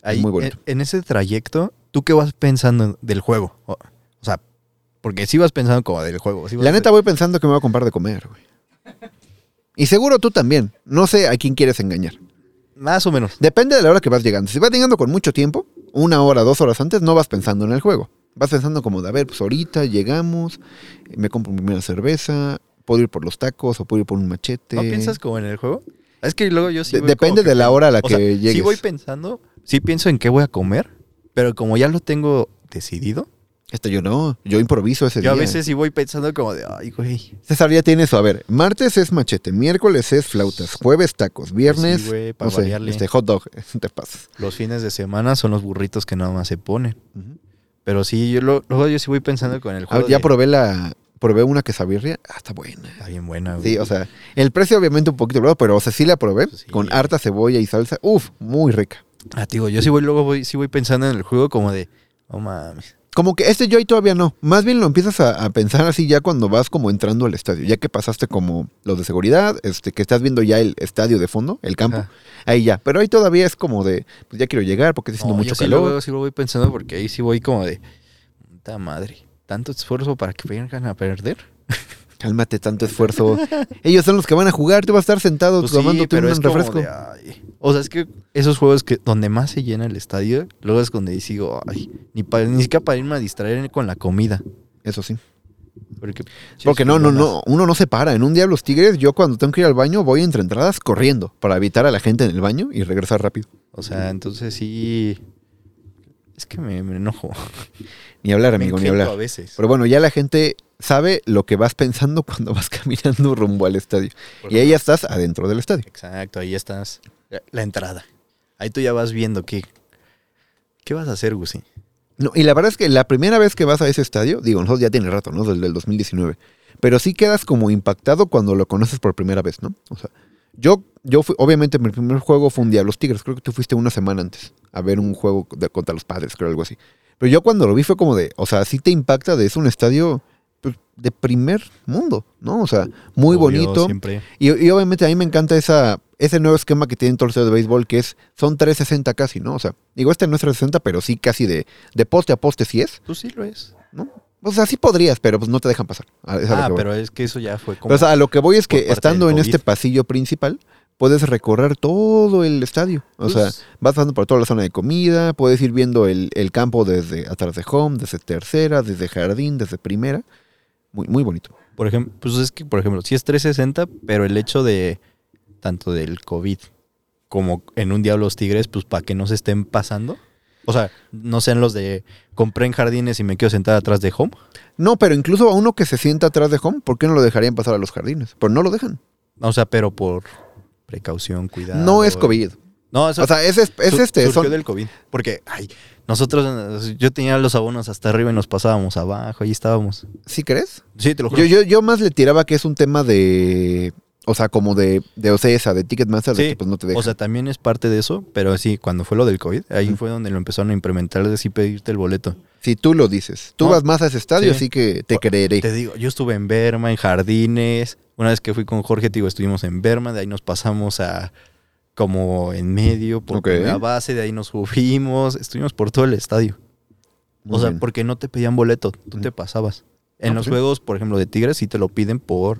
S2: ahí,
S3: muy bonito.
S2: en, en ese trayecto, ¿tú qué vas pensando del juego? O, o sea, porque sí vas pensando como del juego. sí vas-
S3: La neta voy pensando que me voy a comprar de comer, güey. Y seguro tú también. No sé a quién quieres engañar.
S2: Más o menos.
S3: Depende de la hora que vas llegando. Si vas llegando con mucho tiempo, una hora, dos horas antes, no vas pensando en el juego. Vas pensando como de, a ver, pues ahorita llegamos, me compro mi primera cerveza, puedo ir por los tacos o puedo ir por un machete.
S2: ¿No piensas como en el juego? Es que luego yo sí. voy
S3: De-
S2: como
S3: depende
S2: que
S3: de la
S2: pen-
S3: hora a la
S2: o sea,
S3: que
S2: Sí
S3: llegues.
S2: voy pensando, sí pienso en qué voy a comer, pero como ya lo tengo decidido,
S3: Este, yo no, yo improviso ese
S2: yo
S3: día.
S2: a veces sí voy pensando como de, ay, güey.
S3: César ya tiene eso. A ver, martes es machete, miércoles es flautas, jueves tacos, viernes,
S2: güey, pa'
S3: no sé,
S2: variarle.
S3: este, hot dog, te pasas.
S2: Los fines de semana son los burritos que nada más se ponen.
S3: Ujú.
S2: Pero sí, yo lo- luego yo sí voy pensando con el
S3: Ah,
S2: juego.
S3: ya
S2: de-
S3: probé la, probé una quesabirria, ah, está buena.
S2: Está bien buena, güey.
S3: Sí, o sea, el precio obviamente un poquito elevado, pero o sea, sí la probé
S2: Sí.
S3: con harta cebolla y salsa. Uf, muy rica.
S2: Ah, te digo, yo sí voy, luego voy, sí voy pensando en el juego como de, oh mames.
S3: Como que este Joy todavía no. Más bien lo empiezas a, a pensar así ya cuando vas como entrando al estadio. Ya que pasaste como los de seguridad, este, que estás viendo ya el estadio de fondo, el campo.
S2: Ajá.
S3: Ahí ya. Pero ahí todavía es como de, pues ya quiero llegar porque está haciendo
S2: No,
S3: mucho
S2: yo sí
S3: calor.
S2: luego sí lo voy pensando porque ahí sí voy como de, puta madre, tanto esfuerzo para que vengan a perder.
S3: Cálmate tanto esfuerzo. Ellos son los que van a jugar, tú vas a estar sentado
S2: Pues sí,
S3: tomándote
S2: pero es
S3: un
S2: como
S3: refresco.
S2: de, ay. O sea, es que esos juegos que donde más se llena el estadio, luego es donde digo, ay, ni, pa- ni siquiera para irme a distraer con la comida.
S3: Eso sí.
S2: Porque,
S3: Porque no, no, no, uno no se para. En un día los tigres, yo cuando tengo que ir al baño voy entre entradas corriendo para evitar a la gente en el baño y regresar rápido.
S2: O sea, entonces sí. Es que me, me enojo.
S3: Ni hablar,
S2: Me
S3: amigo, ni
S2: engento
S3: hablar.
S2: a veces.
S3: Pero bueno, ya la gente sabe lo que vas pensando cuando vas caminando rumbo al estadio. Y ahí ya estás adentro del estadio.
S2: Exacto, ahí estás. La entrada. Ahí tú ya vas viendo qué. ¿Qué vas a hacer, Gusi?
S3: No, y la verdad es que la primera vez que vas a ese estadio, digo, nosotros ya tiene rato, ¿no? Desde el 2019. Pero sí quedas como impactado cuando lo conoces por primera vez, ¿no? O sea, yo, yo fui, obviamente mi primer juego fue un día los Tigres, creo que tú fuiste una semana antes a ver un juego de- contra los padres, creo algo así. Pero yo cuando lo vi fue como de, o sea, sí te impacta de es un estadio pues, de primer mundo, ¿no? O sea, muy bonito.
S2: Siempre.
S3: Y, y obviamente a mí me encanta esa, ese nuevo esquema que tienen todos los de béisbol, que es, son 360 casi, ¿no? O sea, digo, este no es 360, pero sí casi de, de poste a poste sí es,
S2: Tú Pues sí lo es.
S3: ¿no? O sea, sí podrías, pero pues no te dejan pasar. A- es a lo
S2: Ah,
S3: que voy.
S2: pero es que eso ya fue como.
S3: Pero, o sea, a lo que voy es
S2: por
S3: que
S2: parte
S3: estando
S2: del
S3: en este
S2: COVID.
S3: pasillo principal, puedes recorrer todo el estadio. O
S2: Pues,
S3: sea, vas pasando por toda la zona de comida, puedes ir viendo el, el campo desde atrás de home, desde tercera, desde jardín, desde primera. Muy, muy bonito.
S2: Por ejemplo, pues es que, por ejemplo, sí es 360, pero el hecho de tanto del COVID como en un Diablos Tigres, pues para que no se estén pasando. O sea, no sean los de compré en jardines y me quiero sentar atrás de home.
S3: No, pero incluso a uno que se sienta atrás de home, ¿por qué no lo dejarían pasar a los jardines? Pero no lo dejan.
S2: O sea, pero por precaución, cuidado.
S3: no es COVID.
S2: No, eso,
S3: O sea, ese es, es
S2: Sur-
S3: este.
S2: Surgió
S3: son-
S2: del COVID. Porque, ay, nosotros, eh, yo tenía los abonos hasta arriba y nos pasábamos abajo, ahí estábamos.
S3: ¿Sí crees?
S2: Sí, te lo juro.
S3: Yo, yo, yo más le tiraba que es un tema de. O sea, como de, de OCSA, de Ticketmaster, de
S2: Sí,
S3: que pues no te dejan.
S2: o sea, también es parte de eso, pero sí, cuando fue lo del COVID, ahí
S3: Ujú.
S2: fue donde lo empezaron a implementar de sí pedirte el boleto.
S3: si tú lo dices. Tú
S2: No.
S3: vas más a ese estadio,
S2: Sí.
S3: así que te
S2: O-
S3: creeré.
S2: Te digo, yo estuve en Berma, en Jardines. Una vez que fui con Jorge, te digo, estuvimos en Berma, de ahí nos pasamos a como en medio, por
S3: Ok.
S2: la base, de ahí nos subimos, estuvimos por todo el estadio.
S3: Muy
S2: o sea,
S3: bien.
S2: porque no te pedían boleto, tú
S3: Mm.
S2: te pasabas. En
S3: Ah,
S2: los
S3: pues sí.
S2: juegos, por ejemplo, de Tigres sí te lo piden por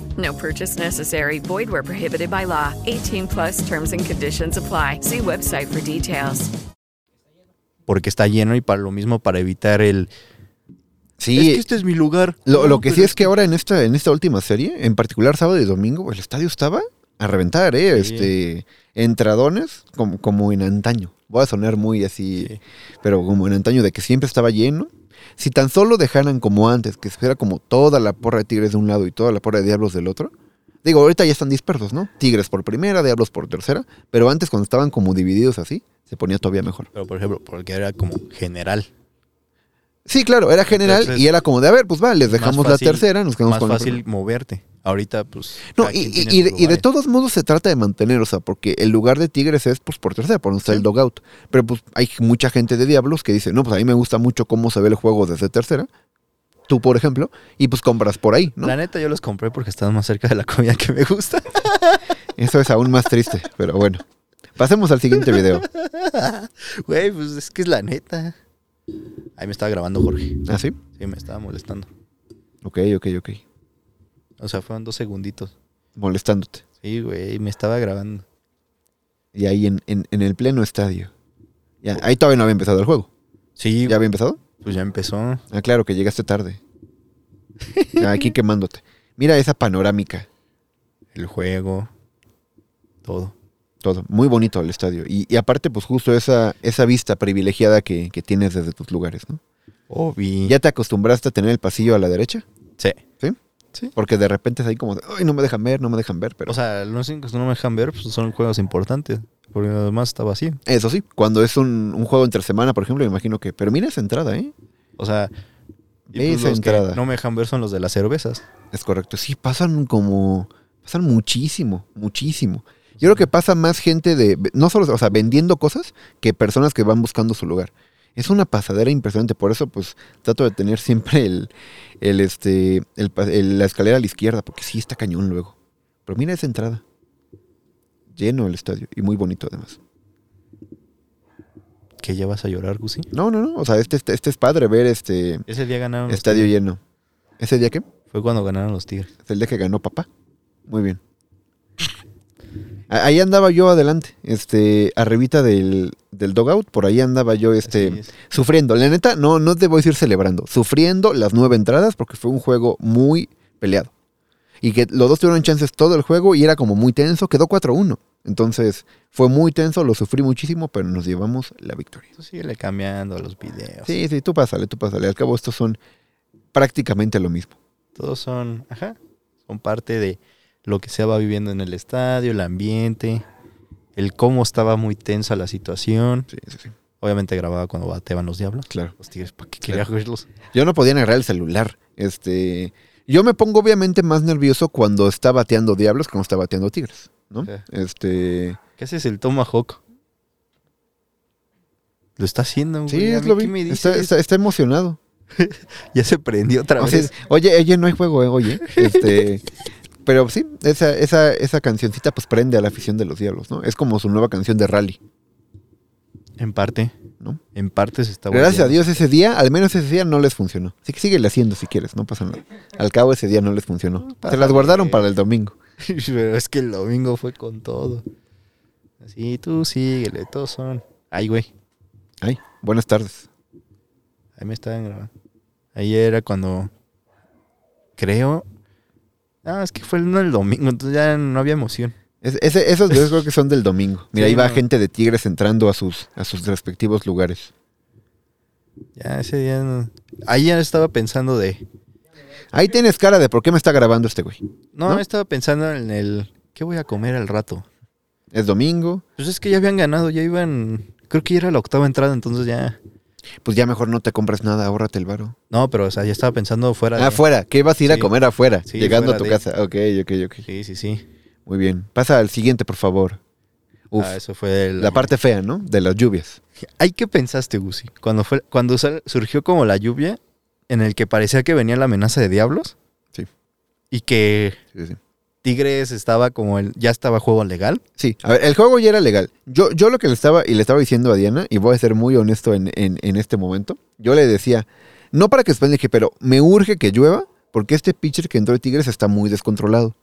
S7: No purchase necessary. Void where prohibited by law. 18 plus terms and conditions apply. See website for details.
S2: porque está lleno y para lo mismo para evitar el
S3: sí,
S2: es que este es mi lugar.
S3: lo,
S2: No, pues
S3: lo que sí
S2: pero
S3: es que ahora en esta, en esta última serie, en particular sábado y domingo, el estadio estaba a reventar, ¿eh?
S2: Sí.
S3: Este, entradones como, como en antaño. Voy a sonar muy así,
S2: Sí.
S3: pero como en antaño de que siempre estaba lleno. Si tan solo dejaran como antes, que fuera como toda la porra de Tigres de un lado y toda la porra de Diablos del otro. Digo, ahorita ya están dispersos, ¿no? Tigres por primera, Diablos por tercera, pero antes cuando estaban como divididos así, se ponía todavía mejor.
S2: Pero por ejemplo, porque era como general.
S3: Sí, claro, era general
S2: Entonces,
S3: y era como de, a ver, pues va, les dejamos
S2: Más fácil-
S3: la tercera, nos quedamos
S2: más
S3: con la
S2: fácil
S3: primera.
S2: moverte. Ahorita pues
S3: No,
S2: cada quien
S3: y, y-
S2: tiene
S3: y
S2: sus
S3: de, y de
S2: lugares.
S3: todos modos se trata de mantener, o sea, porque el lugar de Tigres es pues por tercera, por donde está el dogout. Pero pues hay mucha gente de Diablos que dice, no, pues a mí me gusta mucho cómo se ve el juego desde tercera. Tú, por ejemplo, y pues compras por ahí, ¿no?
S2: La neta yo los compré porque estaban más cerca de la comida que me gusta.
S3: Eso es aún más triste, pero bueno. Pasemos al siguiente video.
S2: Güey, pues es que es la neta. Ahí me estaba grabando Jorge.
S3: ¿Ah, sí?
S2: Sí, me estaba molestando.
S3: Ok, ok, ok.
S2: O sea, fueron dos segunditos.
S3: Molestándote.
S2: Sí, güey, me estaba grabando.
S3: Y ahí en, en- en el pleno estadio. Ya, ahí todavía no había empezado el juego.
S2: Sí,
S3: ¿Ya había empezado?
S2: pues ya empezó.
S3: Ah, claro, que llegaste tarde. Aquí quemándote. Mira esa panorámica.
S2: El juego. Todo.
S3: Todo, muy bonito el estadio. Y, y aparte, pues justo esa, esa vista privilegiada que, que tienes desde tus lugares, ¿no?
S2: Obi.
S3: ¿Ya te acostumbraste a tener el pasillo a la derecha?
S2: Sí.
S3: ¿Sí?
S2: Sí.
S3: Porque de repente es ahí como, de, ay, no me dejan ver, no me dejan ver, pero...
S2: O sea, los únicos que no me dejan ver pues, son juegos importantes. Porque además está vacío.
S3: eso sí, cuando es un, un juego entre semana, por ejemplo, me imagino que... Pero mira esa entrada, ¿eh?
S2: O sea, y, pues,
S3: Esa
S2: los que
S3: entrada.
S2: no me dejan ver son los de las cervezas.
S3: Es correcto. Sí, pasan como. Pasan muchísimo, muchísimo. Yo creo que pasa más gente de. No solo, o sea, vendiendo cosas que personas que van buscando su lugar. Es una pasadera impresionante. Por eso, pues, trato de tener siempre el. el este. el pa- el- la escalera a la izquierda, porque sí está cañón luego. Pero mira esa entrada. Lleno el estadio y muy bonito además.
S2: Que ya vas a llorar, Gusi.
S3: No, no, no. O sea, este, este, este es padre ver este
S2: Ese día ganaron. los
S3: estadio
S2: Tigres.
S3: lleno. ¿Ese día qué?
S2: Fue cuando ganaron los Tigres.
S3: Es el día que ganó papá. Muy bien. A- Ahí andaba yo adelante, este, arribita del, del dogout, por ahí andaba yo
S2: Así
S3: este,
S2: es.
S3: sufriendo. La neta, no, no te voy a decir celebrando, sufriendo las nueve entradas porque fue un juego muy peleado. Y que los dos tuvieron chances todo el juego y era como muy tenso, quedó 4-1. Entonces, fue muy tenso, lo sufrí muchísimo, pero nos llevamos la victoria.
S2: Tú síguele Pues cambiando a los videos.
S3: Sí, sí, tú pásale, tú pásale. Al cabo, estos son prácticamente lo mismo.
S2: Todos son, ajá, son parte de lo que se va viviendo en el estadio, el ambiente, el cómo estaba muy tensa la situación.
S3: Sí, sí, sí.
S2: Obviamente grababa cuando bateaban los diablos.
S3: Claro.
S2: Los Tigres, ¿para qué quería verlos?
S3: Yo no podía agarrar el celular. Este, yo me pongo obviamente más nervioso cuando está bateando Diablos que cuando está bateando Tigres, ¿no?
S2: Sí.
S3: Este,
S2: ¿Qué haces el Tomahawk? Lo está haciendo,
S3: sí,
S2: güey, a
S3: es
S2: mí,
S3: lo
S2: ¿qué
S3: vi.
S2: me
S3: Está,
S2: dices?
S3: está- está emocionado.
S2: Ya se prendió otra
S3: O sea,
S2: vez.
S3: es- oye, oye, no hay juego, eh, oye. Este, pero sí, esa, esa, esa cancioncita pues prende a la afición de los Diablos, ¿no? Es como su nueva canción de rally,
S2: En parte,
S3: ¿no?
S2: en parte se está
S3: Gracias a
S2: volviendo.
S3: Dios ese día, al menos ese día no les funcionó. Así que síguele haciendo si quieres, no pasa nada. Al cabo ese día no les funcionó. Se las guardaron para el domingo.
S2: Pero es que el domingo fue con todo. Así, tú síguele, todos son. Ay, güey,
S3: Ay, buenas tardes.
S2: ahí me estaban grabando. Ahí era cuando. Creo. Ah, es que fue el, no el domingo, entonces ya no había emoción.
S3: Es- ese- esos videos creo que son del domingo. Mira,
S2: Sí,
S3: ahí va
S2: no.
S3: gente de Tigres entrando a sus, a sus respectivos lugares.
S2: Ya ese día. No... Ahí ya estaba pensando de.
S3: Ahí tienes cara de por qué me está grabando este güey.
S2: No,
S3: ¿No?
S2: estaba pensando en el. ¿Qué voy a comer al rato?
S3: Es domingo,
S2: Pues es que ya habían ganado, ya iban. Creo que ya era la octava entrada, entonces ya.
S3: pues ya mejor no te compras nada, ahórrate el varo.
S2: No, pero o sea, ya estaba pensando fuera de.
S3: Afuera, ¿qué vas a ir a
S2: Sí.
S3: comer afuera?
S2: Sí,
S3: llegando
S2: fuera
S3: a tu
S2: de-
S3: casa. Ok, ok, ok.
S2: Sí, sí, sí.
S3: Muy bien. Pasa al siguiente, por favor. Uf,
S2: Ah, eso fue el-
S3: la parte fea, ¿no? De las lluvias.
S2: ¿Ay qué pensaste, Gusi? Cuando fue, cuando sal- surgió como la lluvia, en el que parecía que venía la amenaza de diablos.
S3: Sí.
S2: Y que
S3: Sí, sí.
S2: Tigres estaba como el, ya estaba juego legal.
S3: Sí, a ver, el juego ya era legal. Yo, yo lo que le estaba, y le estaba diciendo a Diana, y voy a ser muy honesto en, en- en este momento, yo le decía, no para que expande, dije, pero me urge que llueva, porque este pitcher que entró de Tigres está muy descontrolado.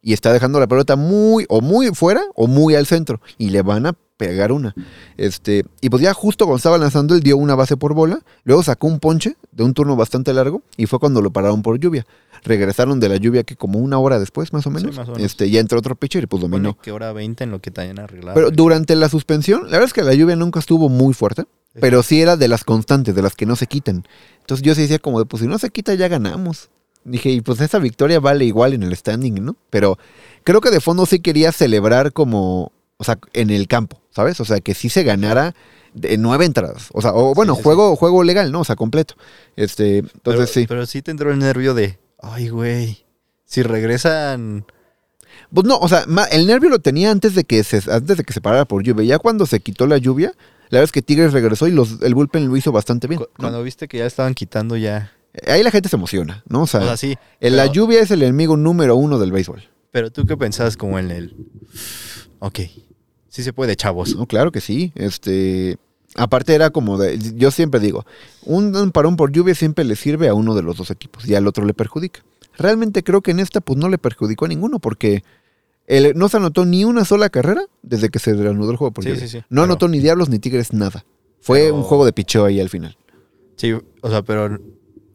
S3: Y está dejando la pelota muy, o muy fuera, o muy al centro. Y le van a pegar una. Este, y pues ya justo cuando estaba lanzando, él dio una base por bola, luego sacó un ponche de un turno bastante largo, y fue cuando lo pararon por lluvia. Regresaron de la lluvia que como una hora después, más o
S2: Sí,
S3: menos.
S2: más o menos.
S3: Este, ya entró otro pitcher y pues dominó.
S2: Pone que hora 20 en lo que también arreglado.
S3: Pero durante la suspensión, la verdad es que la lluvia nunca estuvo muy fuerte, pero sí era de las constantes, de las que no se quitan. Entonces yo sí decía como de, pues si no se quita ya ganamos. Dije, y pues esa victoria vale igual en el standing, ¿no? Pero creo que de fondo sí quería celebrar como, o sea, en el campo, ¿sabes? O sea, que sí se ganara de nueve entradas. O sea, o bueno,
S2: sí, sí.
S3: juego, juego legal, ¿no? O sea, completo. Este,
S2: Pero-
S3: entonces sí.
S2: Pero sí te entró el nervio de, ay, güey, si regresan,
S3: Pues no, o sea, ma- el nervio lo tenía antes de que se, antes de que se parara por lluvia. Ya cuando se quitó la lluvia, la verdad es que Tigres regresó y los, el bullpen lo hizo bastante bien.
S2: cu-
S3: ¿no?
S2: cuando viste que ya estaban quitando ya.
S3: Ahí la gente se emociona, ¿no? O sea,
S2: O sea, sí.
S3: el- la
S2: pero-
S3: lluvia es el enemigo número uno del béisbol.
S2: Pero tú qué pensabas como en el, ok, sí se puede, chavos.
S3: Pues, No, claro que sí. Este, aparte era como de, yo siempre digo, un, un parón por lluvia siempre le sirve a uno de los dos equipos y al otro le perjudica. Realmente creo que en esta pues no le perjudicó a ninguno porque el- no se anotó ni una sola carrera desde que se reanudó el juego por
S2: Sí,
S3: lluvia.
S2: sí, sí.
S3: No
S2: Pero-
S3: anotó ni diablos ni tigres nada. Fue
S2: Pero-
S3: un juego de picheo ahí al final.
S2: Sí, o sea, pero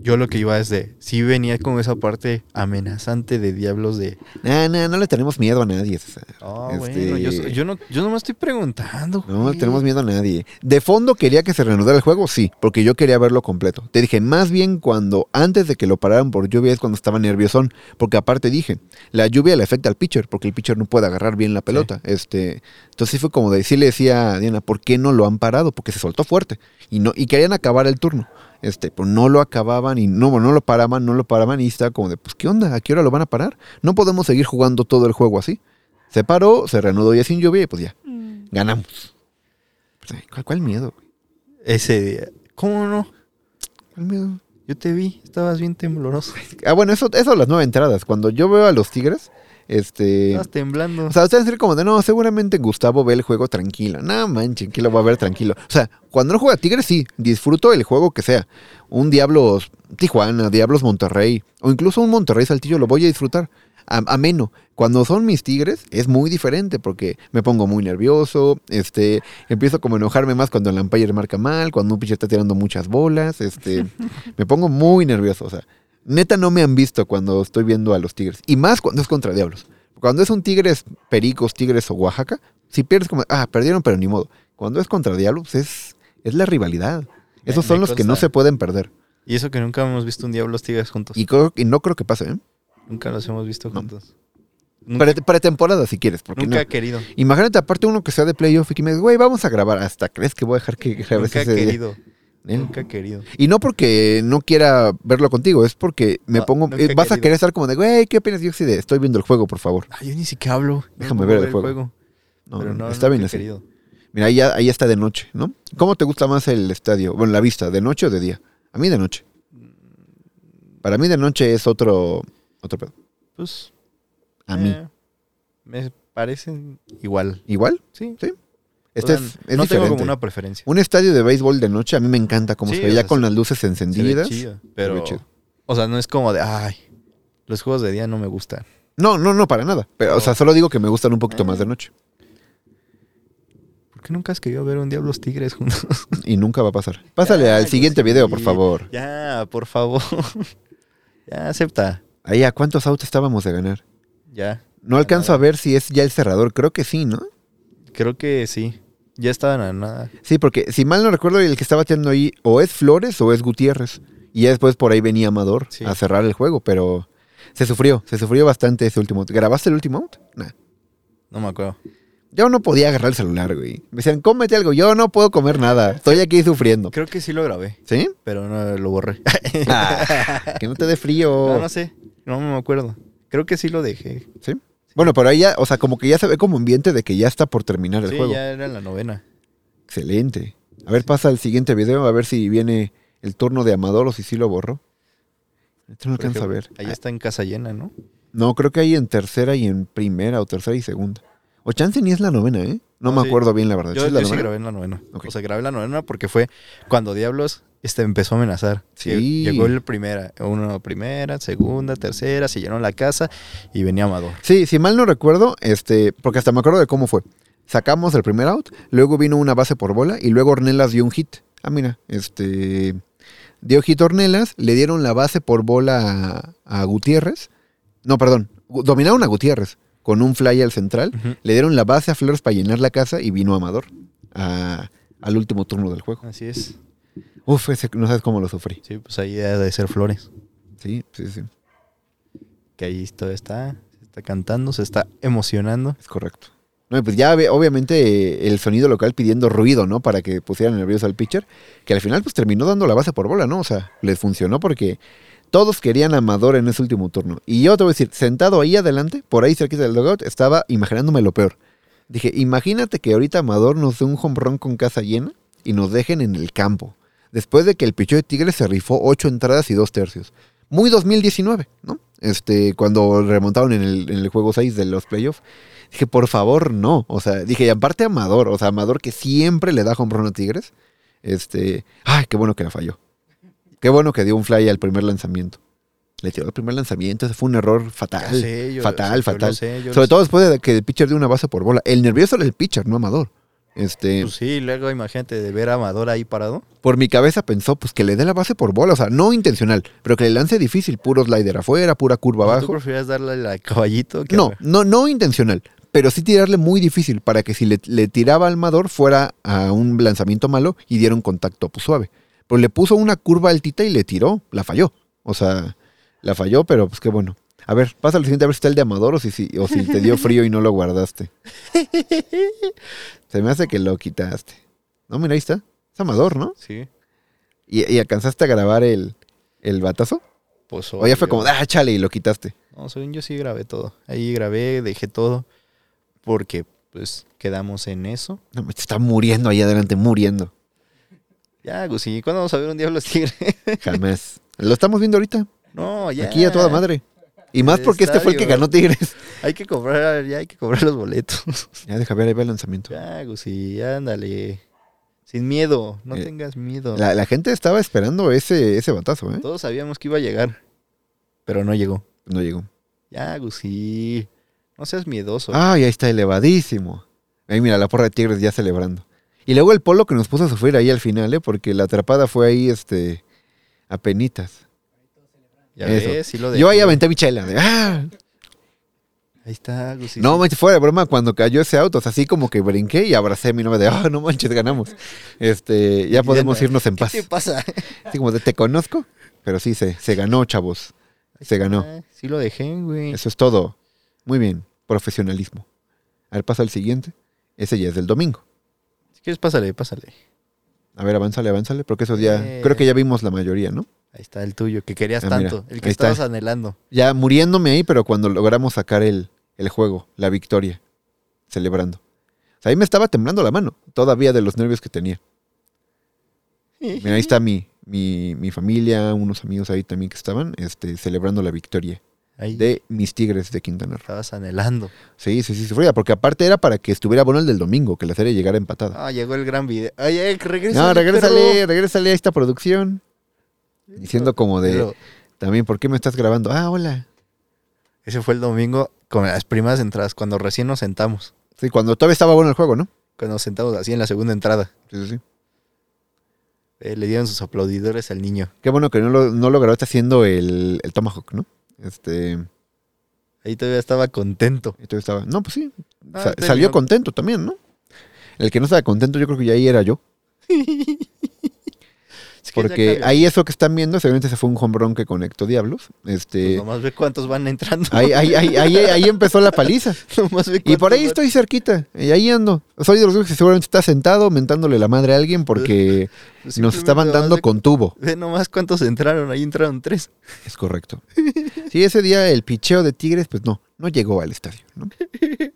S2: Yo lo que iba es de, sí venía con esa parte amenazante de diablos de,
S3: Nah, nah, no le tenemos miedo a nadie. César.
S2: "Ah,
S3: Este,
S2: bueno, yo, so- yo no, yo nomás estoy preguntando.
S3: No
S2: güey".
S3: le tenemos miedo a nadie. De fondo quería que se reanudara el juego, sí, porque yo quería verlo completo. Te dije, más bien cuando antes de que lo pararan por lluvia es cuando estaba nerviosón, porque aparte dije, la lluvia le afecta al pitcher, porque el pitcher no puede agarrar bien la pelota. Este, entonces sí fue como decir, le decía a Diana, ¿por qué no lo han parado? Porque se soltó fuerte y no y querían acabar el turno. Este, pero no lo acababan y no, no lo paraban, no lo paraban y estaba como de, pues qué onda, ¿a qué hora lo van a parar? No podemos seguir jugando todo el juego así. Se paró, se reanudó ya sin lluvia y pues ya, ganamos. Pues, ay, ¿Cuál, cuál miedo? güey?
S2: Ese día, ¿cómo no?
S3: ¿Cuál miedo?
S2: Yo te vi, estabas bien tembloroso.
S3: Ah, bueno, eso, eso las nueve entradas. Cuando yo veo a los Tigres, este...
S2: Estabas temblando.
S3: O sea, ustedes decir como de, no, seguramente Gustavo ve el juego tranquilo. No manchen, que lo va a ver tranquilo. O sea, cuando no juega Tigres, sí, disfruto el juego que sea. Un Diablos Tijuana, Diablos Monterrey, o incluso un Monterrey Saltillo, lo voy a disfrutar. A- ameno. Cuando son mis Tigres, es muy diferente porque me pongo muy nervioso, este, empiezo como a enojarme más cuando el umpire marca mal, cuando un pitcher está tirando muchas bolas, este, me pongo muy nervioso. O sea, neta no me han visto cuando estoy viendo a los Tigres. Y más cuando es contra Diablos. Cuando es un Tigres, Pericos, Tigres o Oaxaca, si pierdes como, ah, perdieron, pero ni modo. Cuando es contra Diablos, es, es la rivalidad. Esos
S2: me
S3: son los que no
S2: consta.
S3: se pueden perder.
S2: Y eso que nunca hemos visto un diablos tigres juntos.
S3: Y, creo- y no creo que pase, ¿eh?
S2: Nunca los hemos visto juntos. Nunca,
S3: Pre- Pretemporada, si quieres. Porque
S2: nunca
S3: no.
S2: he querido.
S3: Imagínate, aparte uno que sea de playoff y que me diga, güey, vamos a grabar. Hasta crees que voy a dejar que grabes
S2: Nunca he
S3: ese día?
S2: querido.
S3: ¿Eh?
S2: Nunca he querido.
S3: Y no porque no quiera verlo contigo, es porque me
S2: No,
S3: pongo.
S2: nunca
S3: eh,
S2: he
S3: vas a
S2: querido.
S3: querer estar como de, güey, ¿qué opinas? Yo sí de, estoy viendo el juego, por favor.
S2: Ah, yo ni siquiera hablo. No
S3: Déjame
S2: puedo
S3: ver el juego. No,
S2: Pero no,
S3: está bien así.
S2: Querido.
S3: Mira, ahí ya, ahí ya está de noche, ¿no? ¿Cómo te gusta más el estadio? Bueno, la vista, ¿de noche o de día? A mí de noche. Para mí de noche es otro. Otro pedo.
S2: Pues.
S3: A mí.
S2: eh, me parecen igual.
S3: ¿Igual?
S2: Sí.
S3: Sí. Este
S2: O
S3: es,
S2: sea,
S3: es
S2: Pues, no tengo
S3: diferente.
S2: como una preferencia.
S3: Un estadio de béisbol de noche a mí me encanta cómo
S2: Sí,
S3: se ve,
S2: o
S3: ya
S2: sea,
S3: con
S2: se-
S3: las luces
S2: Se ve
S3: encendidas.
S2: chido, pero.
S3: chido.
S2: O sea, no es como de. Ay, los juegos de día no me gustan.
S3: No, no, no, para nada. Pero, o sea, solo digo que me gustan un poquito
S2: Eh.
S3: más de noche.
S2: ¿Por qué nunca has querido ver un Diablos Tigres juntos?
S3: Y nunca va a pasar. Pásale
S2: Ya,
S3: al
S2: yo
S3: siguiente
S2: sí.
S3: video, por favor.
S2: Ya, por favor. ya, acepta.
S3: Ahí, ¿a cuántos outs estábamos de ganar?
S2: Ya.
S3: No alcanzo a ver si es ya el cerrador. Creo que sí, ¿no?
S2: Creo que sí. Ya estaban a nada.
S3: Sí, porque si mal no recuerdo, el que estaba bateando ahí o es Flores o es Gutiérrez. Y ya después por ahí venía Amador
S2: Sí.
S3: a cerrar el juego, pero se sufrió, se sufrió bastante ese último out. ¿Grabaste el último out? Nah.
S2: No me acuerdo.
S3: Yo no podía agarrar el celular, güey. Me decían, cómete algo. Yo no puedo comer nada. Estoy aquí sufriendo.
S2: Creo que sí lo grabé,
S3: ¿Sí?
S2: pero no lo borré.
S3: Ah, que no te dé frío.
S2: No, no sé. No me acuerdo. Creo que sí lo dejé.
S3: ¿Sí? Bueno, pero ahí ya, o sea, como que ya se ve como ambiente de que ya está por terminar el
S2: Sí,
S3: juego.
S2: ya era la novena.
S3: Excelente. A ver, pasa al siguiente video, a ver si viene el turno de Amador o si sí lo borró. Esto no
S2: Por
S3: alcanza a
S2: ejemplo,
S3: ver.
S2: Ahí está en casa llena, ¿no?
S3: No, creo que hay en tercera y en primera, o tercera y segunda. O chance ni es la novena, ¿eh?
S2: No,
S3: No, me
S2: Ah, sí.
S3: acuerdo bien, la verdad. ¿Sí
S2: Yo,
S3: es la
S2: yo sí
S3: novena?
S2: grabé en la novena.
S3: Ok.
S2: O sea, grabé en la novena porque fue cuando Diablos este, empezó a amenazar.
S3: Sí.
S2: Lle- Llegó el primera, uno primera, segunda, tercera, se llenó la casa y venía Amador.
S3: Sí, si mal no recuerdo, este, porque hasta me acuerdo de cómo fue. Sacamos el primer out, luego vino una base por bola y luego Ornelas dio un hit. Ah, mira, este dio hit Ornelas, le dieron la base por bola a, a Gutiérrez. No, perdón, gu- dominaron a Gutiérrez con un fly al central,
S2: Ujú.
S3: le dieron la base a Flores para llenar la casa y vino Amador a- al último turno del juego.
S2: Así es.
S3: Uf, ese- no sabes cómo lo sufrí.
S2: Sí, pues ahí ha de ser Flores.
S3: Sí, sí, sí,
S2: Que ahí todo está, se está cantando, se está emocionando.
S3: es correcto. No, y pues ya ve- obviamente eh, el sonido local pidiendo ruido, ¿no? Para que pusieran nervioso al pitcher, que al final pues terminó dando la base por bola, ¿no? O sea, les funcionó porque todos querían a Amador en ese último turno. Y yo te voy a decir, sentado ahí adelante, por ahí cerquita del dugout, estaba imaginándome lo peor. Dije, imagínate que ahorita Amador nos dé un jonrón con casa llena y nos dejen en el campo. Después de que el pichón de Tigres se rifó ocho entradas y dos tercios. Muy 2019, ¿no? Este, cuando remontaron en el, en el juego 6 de los playoffs. Dije, por favor, no. O sea, dije, y aparte Amador, o sea, Amador que siempre le da jonrón a Tigres. Este, ay, qué bueno que la falló. Qué bueno que dio un fly al primer lanzamiento. Le tiró el primer lanzamiento, ese fue un error fatal.
S2: Ya sé, yo-
S3: fatal,
S2: yo lo
S3: fatal.
S2: sé, yo lo
S3: Sobre
S2: sé.
S3: todo después de que el pitcher dio una base por bola. El nervioso era el pitcher, no Amador. Este,
S2: Pues sí, luego imagínate de ver a Amador ahí parado.
S3: por mi cabeza pensó, pues que le dé la base por bola, o sea, no intencional, pero que le lance difícil, puro slider afuera, pura curva
S2: ¿Tú
S3: abajo.
S2: prefieres darle la caballito? que-
S3: No, no, no intencional, pero sí tirarle muy difícil para que si le, le tiraba al Mador fuera a un lanzamiento malo y diera un contacto pues, suave. Pues le puso una curva altita y le tiró, la falló. O sea, la falló, pero pues qué bueno. A ver, pasa al siguiente a ver si está el de Amador o si, si- o si te dio frío y no lo guardaste. Se me hace que lo quitaste. No, mira, ahí está. Es Amador, ¿no?
S2: Sí.
S3: ¿Y, y alcanzaste a grabar el, el batazo?
S2: Pues
S3: O ya fue como,
S2: obvio.
S3: ah, chale, y lo quitaste.
S2: No, según yo sí grabé todo. Ahí grabé, dejé todo. Porque, pues, quedamos en eso.
S3: No, me está muriendo ahí adelante, muriendo.
S2: Ya, Gusi, ¿cuándo vamos a ver un Diablo Tigre?
S3: Jamás. Lo estamos viendo ahorita.
S2: no, ya.
S3: Aquí a toda madre. Y más porque este fue el que
S2: Estadio.
S3: ganó Tigres.
S2: Hay que comprar, ya hay que comprar los boletos.
S3: Ya deja ver, ahí va el lanzamiento.
S2: ya, Gusi, ándale. Sin miedo, no
S3: Eh,
S2: tengas miedo.
S3: La, la gente estaba esperando ese, ese batazo, ¿eh?
S2: Todos sabíamos que iba a llegar, pero no llegó.
S3: No llegó.
S2: Ya, Gusi, no seas miedoso.
S3: Ay, Ah, ahí está elevadísimo. Ahí mira, la porra de Tigres ya celebrando. Y luego el polo que nos puso a sufrir ahí al final, ¿eh? Porque la atrapada fue ahí, este, a penitas.
S2: ya
S3: eso.
S2: ves, sí lo
S3: Yo ahí
S2: dejé.
S3: aventé mi chela. de, ¡ah!
S2: Ahí está, Gusi.
S3: No manches, fuera de broma, cuando cayó ese auto, o sea, así como que brinqué y abracé a mi novia de, ah, no manches, ganamos. Este, ya podemos irnos en paz.
S2: ¿Qué te pasa?
S3: Así como de, te conozco, pero sí, se, se ganó, chavos. Se ganó.
S2: Ah, sí lo dejé, güey.
S3: Eso es todo. Muy bien, profesionalismo. A ver, pasa al siguiente. Ese ya es del domingo.
S2: Si quieres, pásale, pásale.
S3: A ver, avánzale, avánzale, porque eso ya,
S2: Eh.
S3: creo que ya vimos la mayoría, ¿no?
S2: Ahí está el tuyo, que querías
S3: Ah, mira,
S2: tanto, el que
S3: ahí está.
S2: estabas anhelando.
S3: Ya muriéndome ahí, pero cuando logramos sacar el, el juego, la victoria, celebrando. O sea, ahí me estaba temblando la mano, todavía de los nervios que tenía. Mira, ahí está mi, mi, mi familia, unos amigos ahí también que estaban este, celebrando la victoria
S2: Ahí
S3: de mis Tigres de Quintana Roo.
S2: estabas anhelando.
S3: Sí, sí, sí, sí, fría, porque aparte era para que estuviera bueno el del domingo, que la serie llegara empatada.
S2: Ah, llegó el gran video. Ay, ay, regresa.
S3: No, regrésale, regrésale a esta producción. Diciendo como de,
S2: Pero
S3: también, ¿por qué me estás grabando? Ah, hola.
S2: ese fue el domingo con las primeras entradas, cuando recién nos sentamos.
S3: Sí, cuando todavía estaba bueno el juego, ¿no?
S2: Cuando nos sentamos así en la segunda entrada.
S3: Sí, sí, sí.
S2: Eh, le dieron sus aplaudidores al niño.
S3: Qué bueno que no lo, no lo grabaste haciendo el, el Tomahawk, ¿no? Este,
S2: Ahí todavía estaba contento.
S3: y todavía estaba, no, pues sí,
S2: Ah,
S3: sa-
S2: te
S3: salió
S2: digo-
S3: contento también, ¿no? El que no estaba contento yo creo que ya ahí era yo.
S2: Es que ya
S3: Porque
S2: cállate,
S3: ahí eso que están viendo, seguramente se fue un hombrón que conectó Diablos.
S2: pues
S3: Este,
S2: nomás ve cuántos van entrando.
S3: ahí, ahí, ahí, ahí, ahí empezó la paliza.
S2: Nomás ve
S3: Y por
S2: cuántos
S3: ahí
S2: van.
S3: estoy cerquita, y ahí ando. Soy de los güeyes que seguramente está sentado mentándole la madre a alguien porque nos
S2: Simplemente
S3: estaban
S2: nomás
S3: dando
S2: ve-
S3: con tubo.
S2: Ve nomás cuántos entraron. Ahí entraron tres.
S3: Es correcto. Sí, ese día el picheo de Tigres, pues no, no llegó al estadio. ¿no?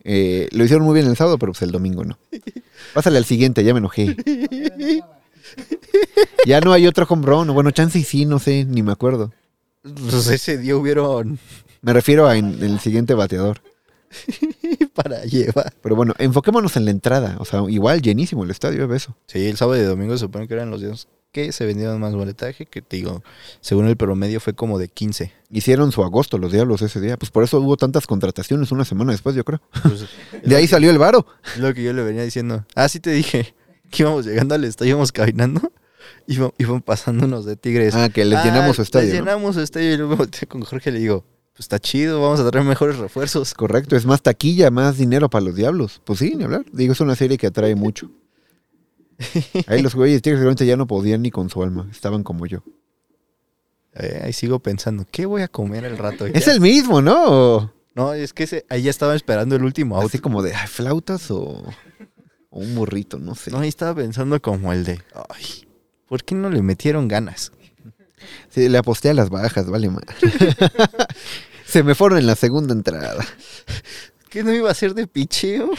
S3: Eh, lo hicieron muy bien el sábado, pero pues el domingo no. Pásale al siguiente, ya me enojé. Ya no hay otro home run, o bueno, chance y sí, no sé, ni me acuerdo.
S2: Pues ese día hubieron
S3: Me refiero a en- en el siguiente bateador.
S2: para llevar.
S3: Pero bueno, enfoquémonos en la entrada. O sea, igual llenísimo el estadio, beso.
S2: Sí, el sábado y domingo supongo que eran los días que se vendieron más boletaje, que te digo, según el promedio fue como de 15.
S3: Hicieron su agosto los diablos ese día. Pues por eso hubo tantas contrataciones una semana después, yo creo.
S2: Pues,
S3: De ahí salió el varo.
S2: es lo que yo le venía diciendo. Ah, sí te dije que íbamos llegando al estadio, íbamos caminando, iban, iban pasándonos de tigres.
S3: Ah, que les
S2: Ah,
S3: llenamos su estadio.
S2: Les
S3: ¿no?
S2: llenamos su estadio y luego volteé con Jorge y le digo, pues está chido, vamos a traer mejores refuerzos.
S3: Correcto, es más taquilla, más dinero para los diablos. Pues sí, ni hablar. Digo, es una serie que atrae mucho. Ahí los güeyes tigres seguramente ya no podían ni con su alma. Estaban como yo.
S2: Eh, ahí sigo pensando, ¿qué voy a comer al rato?
S3: Es
S2: Ya-
S3: el mismo, ¿no?
S2: No, es que ese- ahí ya estaba esperando el último auto.
S3: Así como de ay, flautas o, o un burrito, no sé.
S2: No, ahí estaba pensando como el de, ay, ¿por qué no le metieron ganas?
S3: Sí, le aposté a las bajas, vale más. Se me fueron en la segunda entrada.
S2: ¿Qué no iba a ser de picheo?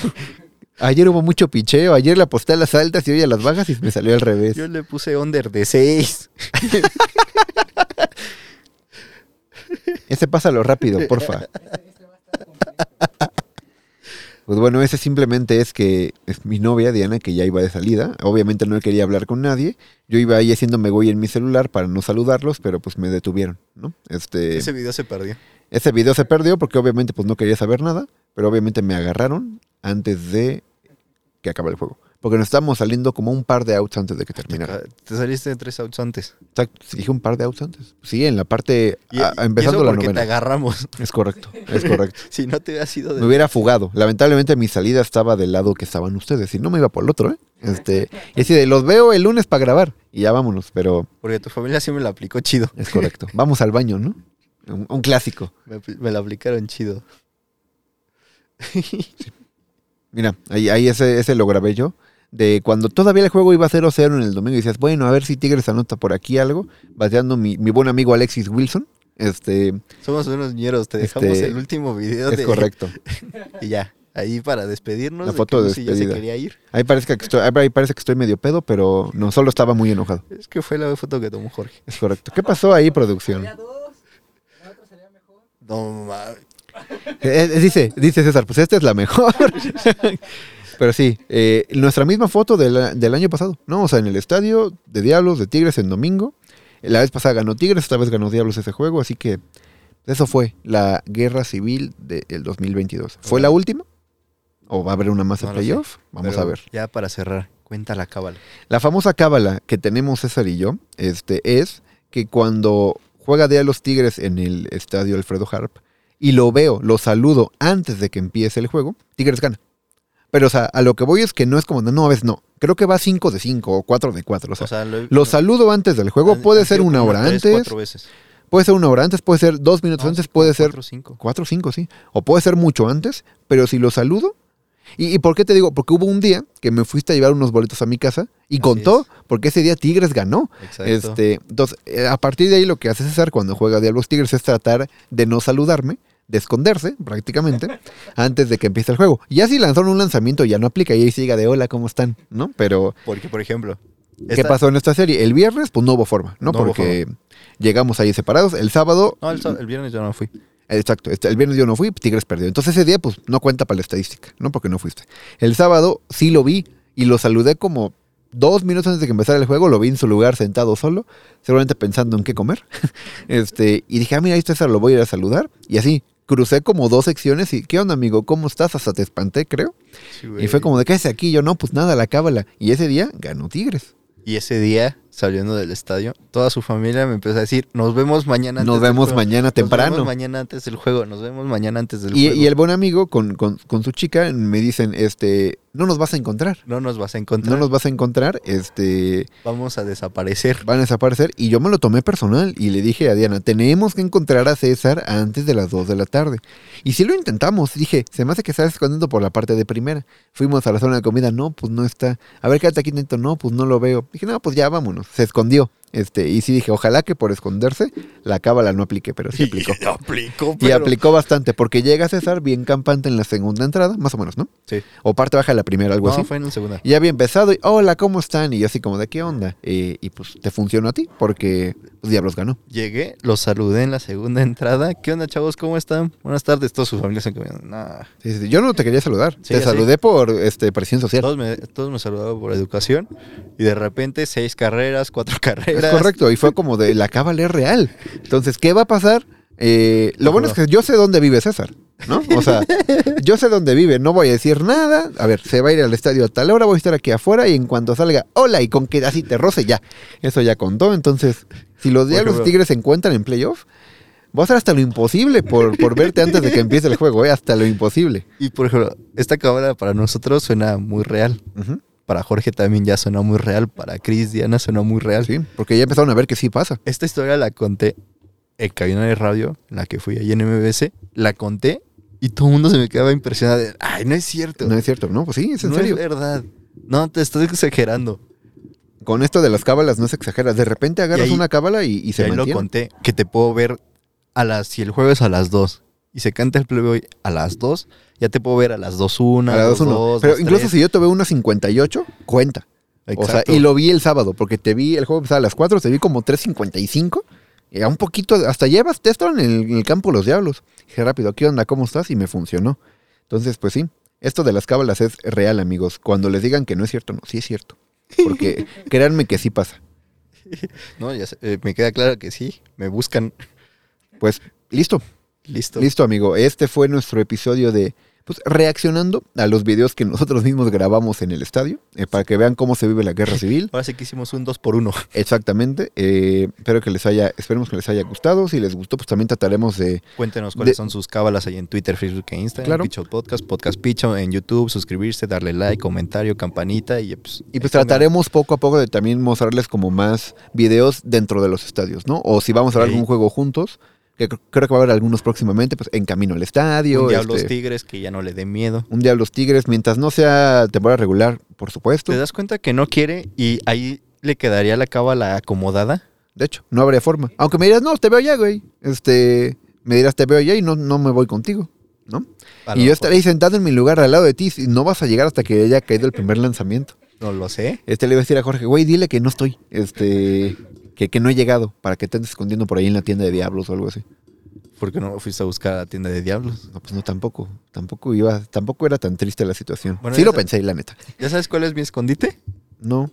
S3: Ayer hubo mucho picheo. Ayer le aposté a las altas y hoy a las bajas y me salió al revés.
S2: Yo le puse under de 6.
S3: Ese pásalo rápido, porfa. Pues bueno, ese simplemente es que es mi novia Diana, que ya iba de salida. Obviamente no quería hablar con nadie. Yo iba ahí haciéndome güey en mi celular para no saludarlos, pero pues me detuvieron, ¿no? Este,
S2: Ese
S3: ese...
S2: video se perdió.
S3: video se perdió porque obviamente pues no quería saber nada, pero obviamente me agarraron antes de que acabe el juego. Porque nos estamos saliendo como un par de outs antes de que terminara.
S2: Ah, Te saliste de tres outs antes.
S3: Exacto, sí, dije un par de outs antes. Sí, en la parte,
S2: Y-
S3: a-
S2: y
S3: Ah, empezando
S2: eso
S3: la
S2: porque te
S3: novena.
S2: agarramos.
S3: Es correcto, es correcto.
S2: si no te hubiera sido
S3: Me
S2: de...
S3: hubiera fugado. Lamentablemente mi salida estaba del lado que estaban ustedes y no me iba por el otro, ¿eh? Este, y así de, los veo el lunes para grabar y ya vámonos, pero
S2: Porque tu familia sí me la aplicó chido.
S3: es correcto. Vamos al baño, ¿no? Un, un clásico.
S2: Me, me la aplicaron chido.
S3: Mira, ahí, ahí ese, ese lo grabé yo. De cuando todavía el juego iba 0-0 en el domingo y decías, bueno, a ver si Tigres anota por aquí algo, bateando mi, mi buen amigo Alexis Wilson. Este,
S2: Somos unos ñeros, te dejamos
S3: Este,
S2: el último video
S3: es
S2: de...
S3: correcto.
S2: Y ya, ahí para despedirnos.
S3: La foto
S2: que
S3: de
S2: Lucy ya se
S3: despedida.
S2: quería ir.
S3: Ahí parece que estoy, ahí parece que estoy medio pedo, pero no, solo estaba muy enojado.
S2: Es que fue la foto que tomó Jorge.
S3: Es correcto. ¿Qué pasó ahí, producción?
S2: No mames.
S3: Eh, eh, dice, dice César, pues esta es la mejor. Pero sí, eh, nuestra misma foto del, a- del año pasado, ¿no? O sea, en el estadio de Diablos, de Tigres en domingo. La vez pasada ganó Tigres, esta vez ganó Diablos ese juego, así que eso fue la guerra civil del 2022. ¿Fue la última? ¿O va a haber una más
S2: No
S3: en
S2: lo sé,
S3: playoff? Vamos
S2: Pero
S3: a ver.
S2: Ya para cerrar, cuenta la cábala.
S3: La famosa cábala que tenemos César y yo este, es que cuando juega de a los Tigres en el estadio Alfredo Harp y lo veo, lo saludo antes de que empiece el juego, Tigres gana. Pero, o sea, a lo que voy es que no es como, no, a veces no. Creo que va 5 de 5 o 4 de 4. O sea,
S2: O sea, lo,
S3: lo saludo antes del juego.
S2: han-
S3: Puede
S2: han
S3: ser
S2: sido
S3: una
S2: como
S3: hora
S2: tres,
S3: antes,
S2: Cuatro veces.
S3: puede ser una hora antes, puede ser dos minutos
S2: No,
S3: antes,
S2: sí, como
S3: puede ser
S2: cuatro, cinco.
S3: 4 o 5, sí. O puede ser mucho antes, pero si lo saludo. ¿Y, y por qué te digo? Porque hubo un día que me fuiste a llevar unos boletos a mi casa y
S2: Así
S3: contó,
S2: es.
S3: porque ese día Tigres ganó.
S2: Exacto.
S3: Este, entonces, eh, a partir de ahí lo que hace César cuando juega Diablos Tigres es tratar de no saludarme, de esconderse prácticamente, antes de que empiece el juego. Ya si lanzaron un lanzamiento ya no aplica y ahí siga de hola, ¿cómo están? ¿No? Pero,
S2: Porque, por ejemplo,
S3: ¿qué
S2: esta-
S3: pasó en esta serie? El viernes, pues no hubo forma, ¿no?
S2: No hubo
S3: porque llegamos ahí separados. El sábado...
S2: No, el, sá- el viernes yo no fui.
S3: Exacto, este, el viernes yo no fui, Tigres perdió. Entonces ese día, pues, no cuenta para la estadística, ¿no? Porque no fuiste. El sábado sí lo vi y lo saludé como dos minutos antes de que empezara el juego, lo vi en su lugar sentado solo, seguramente pensando en qué comer. este, y dije, ah, mira, ahí está César, lo voy a ir a saludar. Y así, crucé como dos secciones y, ¿qué onda, amigo? ¿Cómo estás? Hasta te espanté, creo. Y fue como, ¿de qué haces aquí? Yo, no, pues nada, la cábala. Y ese día ganó Tigres.
S2: Y ese día, saliendo del estadio, toda su familia me empezó a decir, nos vemos mañana
S3: Nos
S2: del
S3: vemos
S2: juego.
S3: mañana
S2: Nos
S3: temprano.
S2: vemos mañana antes del juego. Nos vemos mañana antes del
S3: Y,
S2: juego.
S3: y el buen amigo con, con- con su chica me dicen, este, no nos vas a encontrar.
S2: No nos vas a encontrar.
S3: No nos vas a encontrar, este,
S2: Vamos a desaparecer.
S3: van a desaparecer. Y yo me lo tomé personal y le dije a Diana, tenemos que encontrar a César antes de las 2 de la tarde. Y si lo intentamos, dije, se me hace que estás escondiendo por la parte de primera. Fuimos a la zona de comida, no, pues no está. A ver, quédate aquí intento, no, pues no lo veo. Dije, no, pues ya vámonos. Se escondió. Este, y sí dije, ojalá que por esconderse la cábala no aplique, pero sí aplicó.
S2: Y aplicó,
S3: Y
S2: pero-
S3: aplicó bastante, porque llega César bien campante en la segunda entrada, más o menos, ¿no?
S2: Sí.
S3: O parte baja de la primera, algo
S2: No,
S3: así.
S2: fue en el segundo.
S3: Y ya había empezado y, hola, ¿cómo están? Y yo así como, ¿de qué onda? Eh, y pues te funcionó a ti porque pues, Diablos ganó.
S2: Llegué, los saludé en la segunda entrada. ¿Qué onda, chavos? ¿Cómo están? Buenas tardes. Todos sus familias se comieron. Nah.
S3: Sí, sí, sí. Yo no te quería saludar.
S2: Sí,
S3: te
S2: ya
S3: saludé por este, presión social.
S2: Todos me, todos me saludaron por educación. Y de repente, seis carreras, cuatro
S3: Es
S2: carreras.
S3: correcto. Y fue como de, la cábala es real. Entonces, ¿qué va a pasar? Eh, lo bueno es que yo sé dónde vive César, ¿no? O sea, yo sé dónde vive, no voy a decir nada. A ver, se va a ir al estadio a tal hora, voy a estar aquí afuera y en cuanto salga, hola, y con que así te roce ya. Eso ya contó. Entonces, si los Diablos
S2: ejemplo-
S3: Tigres se encuentran en playoff, voy a hacer hasta lo imposible por, por verte antes de que empiece el juego, ¿eh? Hasta lo imposible.
S2: Y por ejemplo, esta cámara para nosotros suena muy real.
S3: Ujú.
S2: Para Jorge también ya suena muy real. Para Chris, Diana suena muy real.
S3: Sí, porque ya empezaron a ver que sí pasa.
S2: Esta historia la conté en cabina de radio, en la que fui ahí en MBC. La conté y todo el mundo se me quedaba impresionado. de, Ay, no es cierto.
S3: No es cierto, ¿no? Pues sí, es en
S2: No
S3: serio.
S2: verdad. No, te estás exagerando.
S3: Con esto de las cábalas no se exagera. De repente agarras
S2: Y ahí-
S3: una cábala y, y
S2: Y
S3: se
S2: ahí lo
S3: mantiene.
S2: conté que te puedo ver a las, si el jueves a las 2 y se canta el playboy a las 2, ya te puedo ver a las 2, 1,
S3: A la 2-1. Pero incluso si yo te veo una 58, cuenta. O sea, y lo vi el sábado, porque te vi, el juego empezaba a las 4, te vi como 3.55. Y a un poquito, hasta llevas texto en el, en el campo los diablos. Dije rápido, ¿qué onda? ¿Cómo estás? Y me funcionó. Entonces, pues sí, esto de las cábalas es real, amigos. Cuando les digan que no es cierto, no, sí es cierto. Porque créanme que sí pasa.
S2: No, ya sé, eh, me queda claro que sí, me buscan.
S3: Pues listo,
S2: Listo.
S3: listo, amigo. Este fue nuestro episodio de pues reaccionando a los videos que nosotros mismos grabamos en el estadio, eh, para que vean cómo se vive la guerra civil.
S2: Ahora sí que hicimos un 2 por 1
S3: Exactamente. eh, espero que les haya, esperemos que les haya gustado. Si les gustó, pues también trataremos de
S2: Cuéntenos cuáles
S3: De-
S2: son sus cábalas ahí en Twitter, Facebook e Instagram.
S3: Claro.
S2: Picho Podcast, Podcast Picho en YouTube, suscribirse, darle like, comentario, campanita y pues...
S3: Y pues
S2: ahí pongan-
S3: trataremos poco a poco de también mostrarles como más videos dentro de los estadios, ¿no? O si vamos a ver
S2: Ok.
S3: algún juego juntos, que cr- creo que va a haber algunos próximamente, pues en camino al estadio.
S2: Un Diablos
S3: este,
S2: Tigres que ya no le dé miedo.
S3: un Diablos Tigres, mientras no sea temporada regular, por supuesto.
S2: ¿Te das cuenta que no quiere y ahí le quedaría la cábala acomodada?
S3: De hecho, no habría forma. Aunque me dirás, no, te veo ya, güey. Este, me dirás, te veo ya y no, no me voy contigo, ¿no?
S2: A lo
S3: Y yo
S2: mejor.
S3: estaré ahí sentado en mi lugar al lado de ti y no vas a llegar hasta que haya caído el primer lanzamiento.
S2: No lo sé.
S3: Este le iba a decir a Jorge, güey, dile que no estoy. Este. Que, que no he llegado para que te andes escondiendo por ahí en la tienda de diablos o algo así.
S2: Porque no fuiste a buscar a la tienda de Diablos.
S3: No, pues no, tampoco. Tampoco iba. Tampoco era tan triste la situación.
S2: Bueno,
S3: sí
S2: ya
S3: lo
S2: sa-
S3: pensé, la neta.
S2: ¿Ya sabes cuál es mi escondite?
S3: No.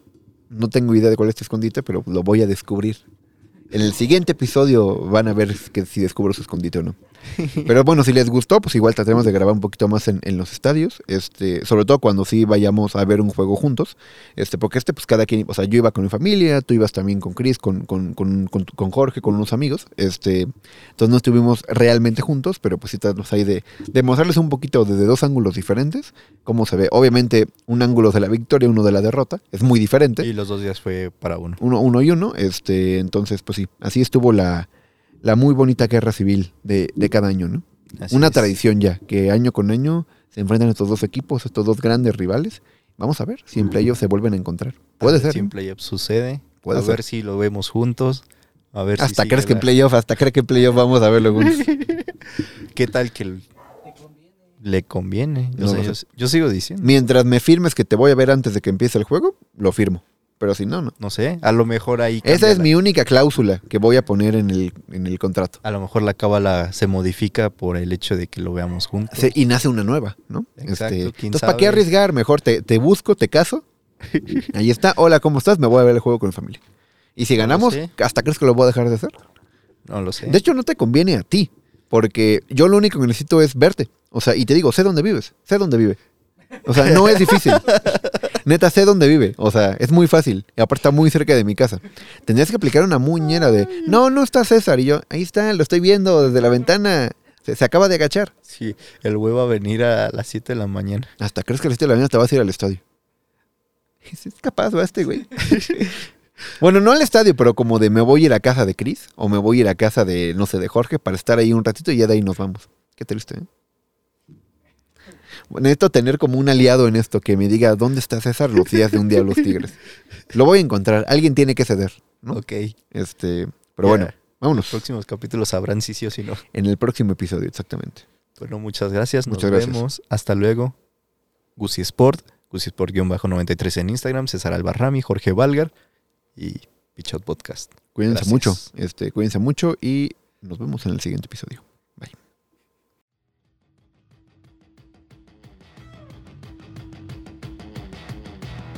S3: No tengo idea de cuál es tu escondite, pero lo voy a descubrir. En el siguiente episodio van a ver que si descubro su escondite o no. Pero bueno, si les gustó, pues igual trataremos de grabar un poquito más en, en los estadios. Este, sobre todo cuando sí vayamos a ver un juego juntos. Este, porque este, pues cada quien, o sea, yo iba con mi familia, tú ibas también con Chris, con, con, con, con, con Jorge, con unos amigos. Este, entonces no estuvimos realmente juntos, pero pues sí tratamos ahí de, de mostrarles un poquito desde dos ángulos diferentes, cómo se ve. Obviamente, un ángulo de la victoria, uno de la derrota. Es muy diferente
S2: Y los dos días fue para uno.
S3: uno, uno y uno. Este, entonces, pues sí, así estuvo la, la muy bonita guerra civil de, de cada año, ¿no?
S2: Así
S3: Una
S2: es.
S3: tradición ya, que año con año se enfrentan estos dos equipos, estos dos grandes rivales. Vamos a ver si en ellos se vuelven a encontrar. Puede ser. ¿eh?
S2: Si en playoff sucede.
S3: Puede
S2: a
S3: ser.
S2: ver si lo vemos juntos. A ver si
S3: Hasta
S2: sigue
S3: crees que en
S2: la-
S3: playoff, hasta crees que en playoff vamos a verlo juntos.
S2: ¿Qué tal que l- le conviene?
S3: No
S2: O sea,
S3: lo
S2: yo, yo sigo diciendo.
S3: Mientras me firmes que te voy a ver antes de que empiece el juego, lo firmo. Pero si no, no.
S2: No sé. A lo mejor ahí.
S3: Esa
S2: cambia
S3: es
S2: la-
S3: mi única cláusula que voy a poner en el, en el contrato.
S2: A lo mejor la cábala se modifica por el hecho de que lo veamos juntos.
S3: Sí, y nace una nueva, ¿no?
S2: Exacto,
S3: Este,
S2: quién
S3: entonces, ¿para qué
S2: sabe?
S3: arriesgar? Mejor te, te busco, te caso. Ahí está. Hola, ¿cómo estás? Me voy a ver el juego con mi familia. Y si ganamos,
S2: sé.
S3: ¿hasta crees que lo voy a dejar de hacer?
S2: No lo sé.
S3: De hecho, no te conviene a ti, porque yo lo único que necesito es verte. O sea, y te digo, sé dónde vives, sé dónde vive. O sea, no es difícil. Neta, sé dónde vive. O sea, es muy fácil. Y aparte está muy cerca de mi casa. Tendrías que aplicar una muñera de, no, no está César. Y yo, ahí está, lo estoy viendo desde la ventana. Se- se acaba de agachar.
S2: sí, el güey va a venir a las 7 de la mañana.
S3: Hasta crees que a las 7 de la mañana te vas a ir al estadio. Es es capaz, va este güey. bueno, no al estadio, pero como de me voy a ir a casa de Chris o me voy a ir a casa de, no sé, de Jorge para estar ahí un ratito y ya de ahí nos vamos. Qué triste, ¿eh? Bueno, Necesito tener como un aliado en esto que me diga dónde está César los días de un día de los tigres. Lo voy a encontrar. Alguien tiene que ceder, ¿no?
S2: Ok.
S3: Este, pero
S2: Ya.
S3: bueno, vámonos.
S2: Próximos capítulos sabrán si sí o si no.
S3: En el próximo episodio, exactamente.
S2: Bueno, muchas gracias. Nos
S3: Muchas gracias.
S2: vemos. Hasta luego. Gusi Sport, Gusi Sport-93 en Instagram, César Albarrami, Jorge Valgar y Pichot Podcast.
S3: Cuídense
S2: Gracias.
S3: mucho. Este, cuídense mucho y nos vemos en el siguiente episodio.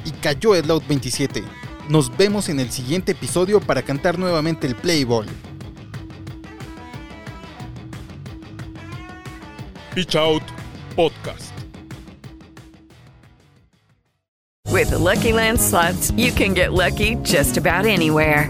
S1: y cayó el Out 27. Nos vemos en el siguiente episodio para cantar nuevamente el Playboy. Pitch Out Podcast.
S7: With the Lucky Land slots, you can get lucky just about anywhere.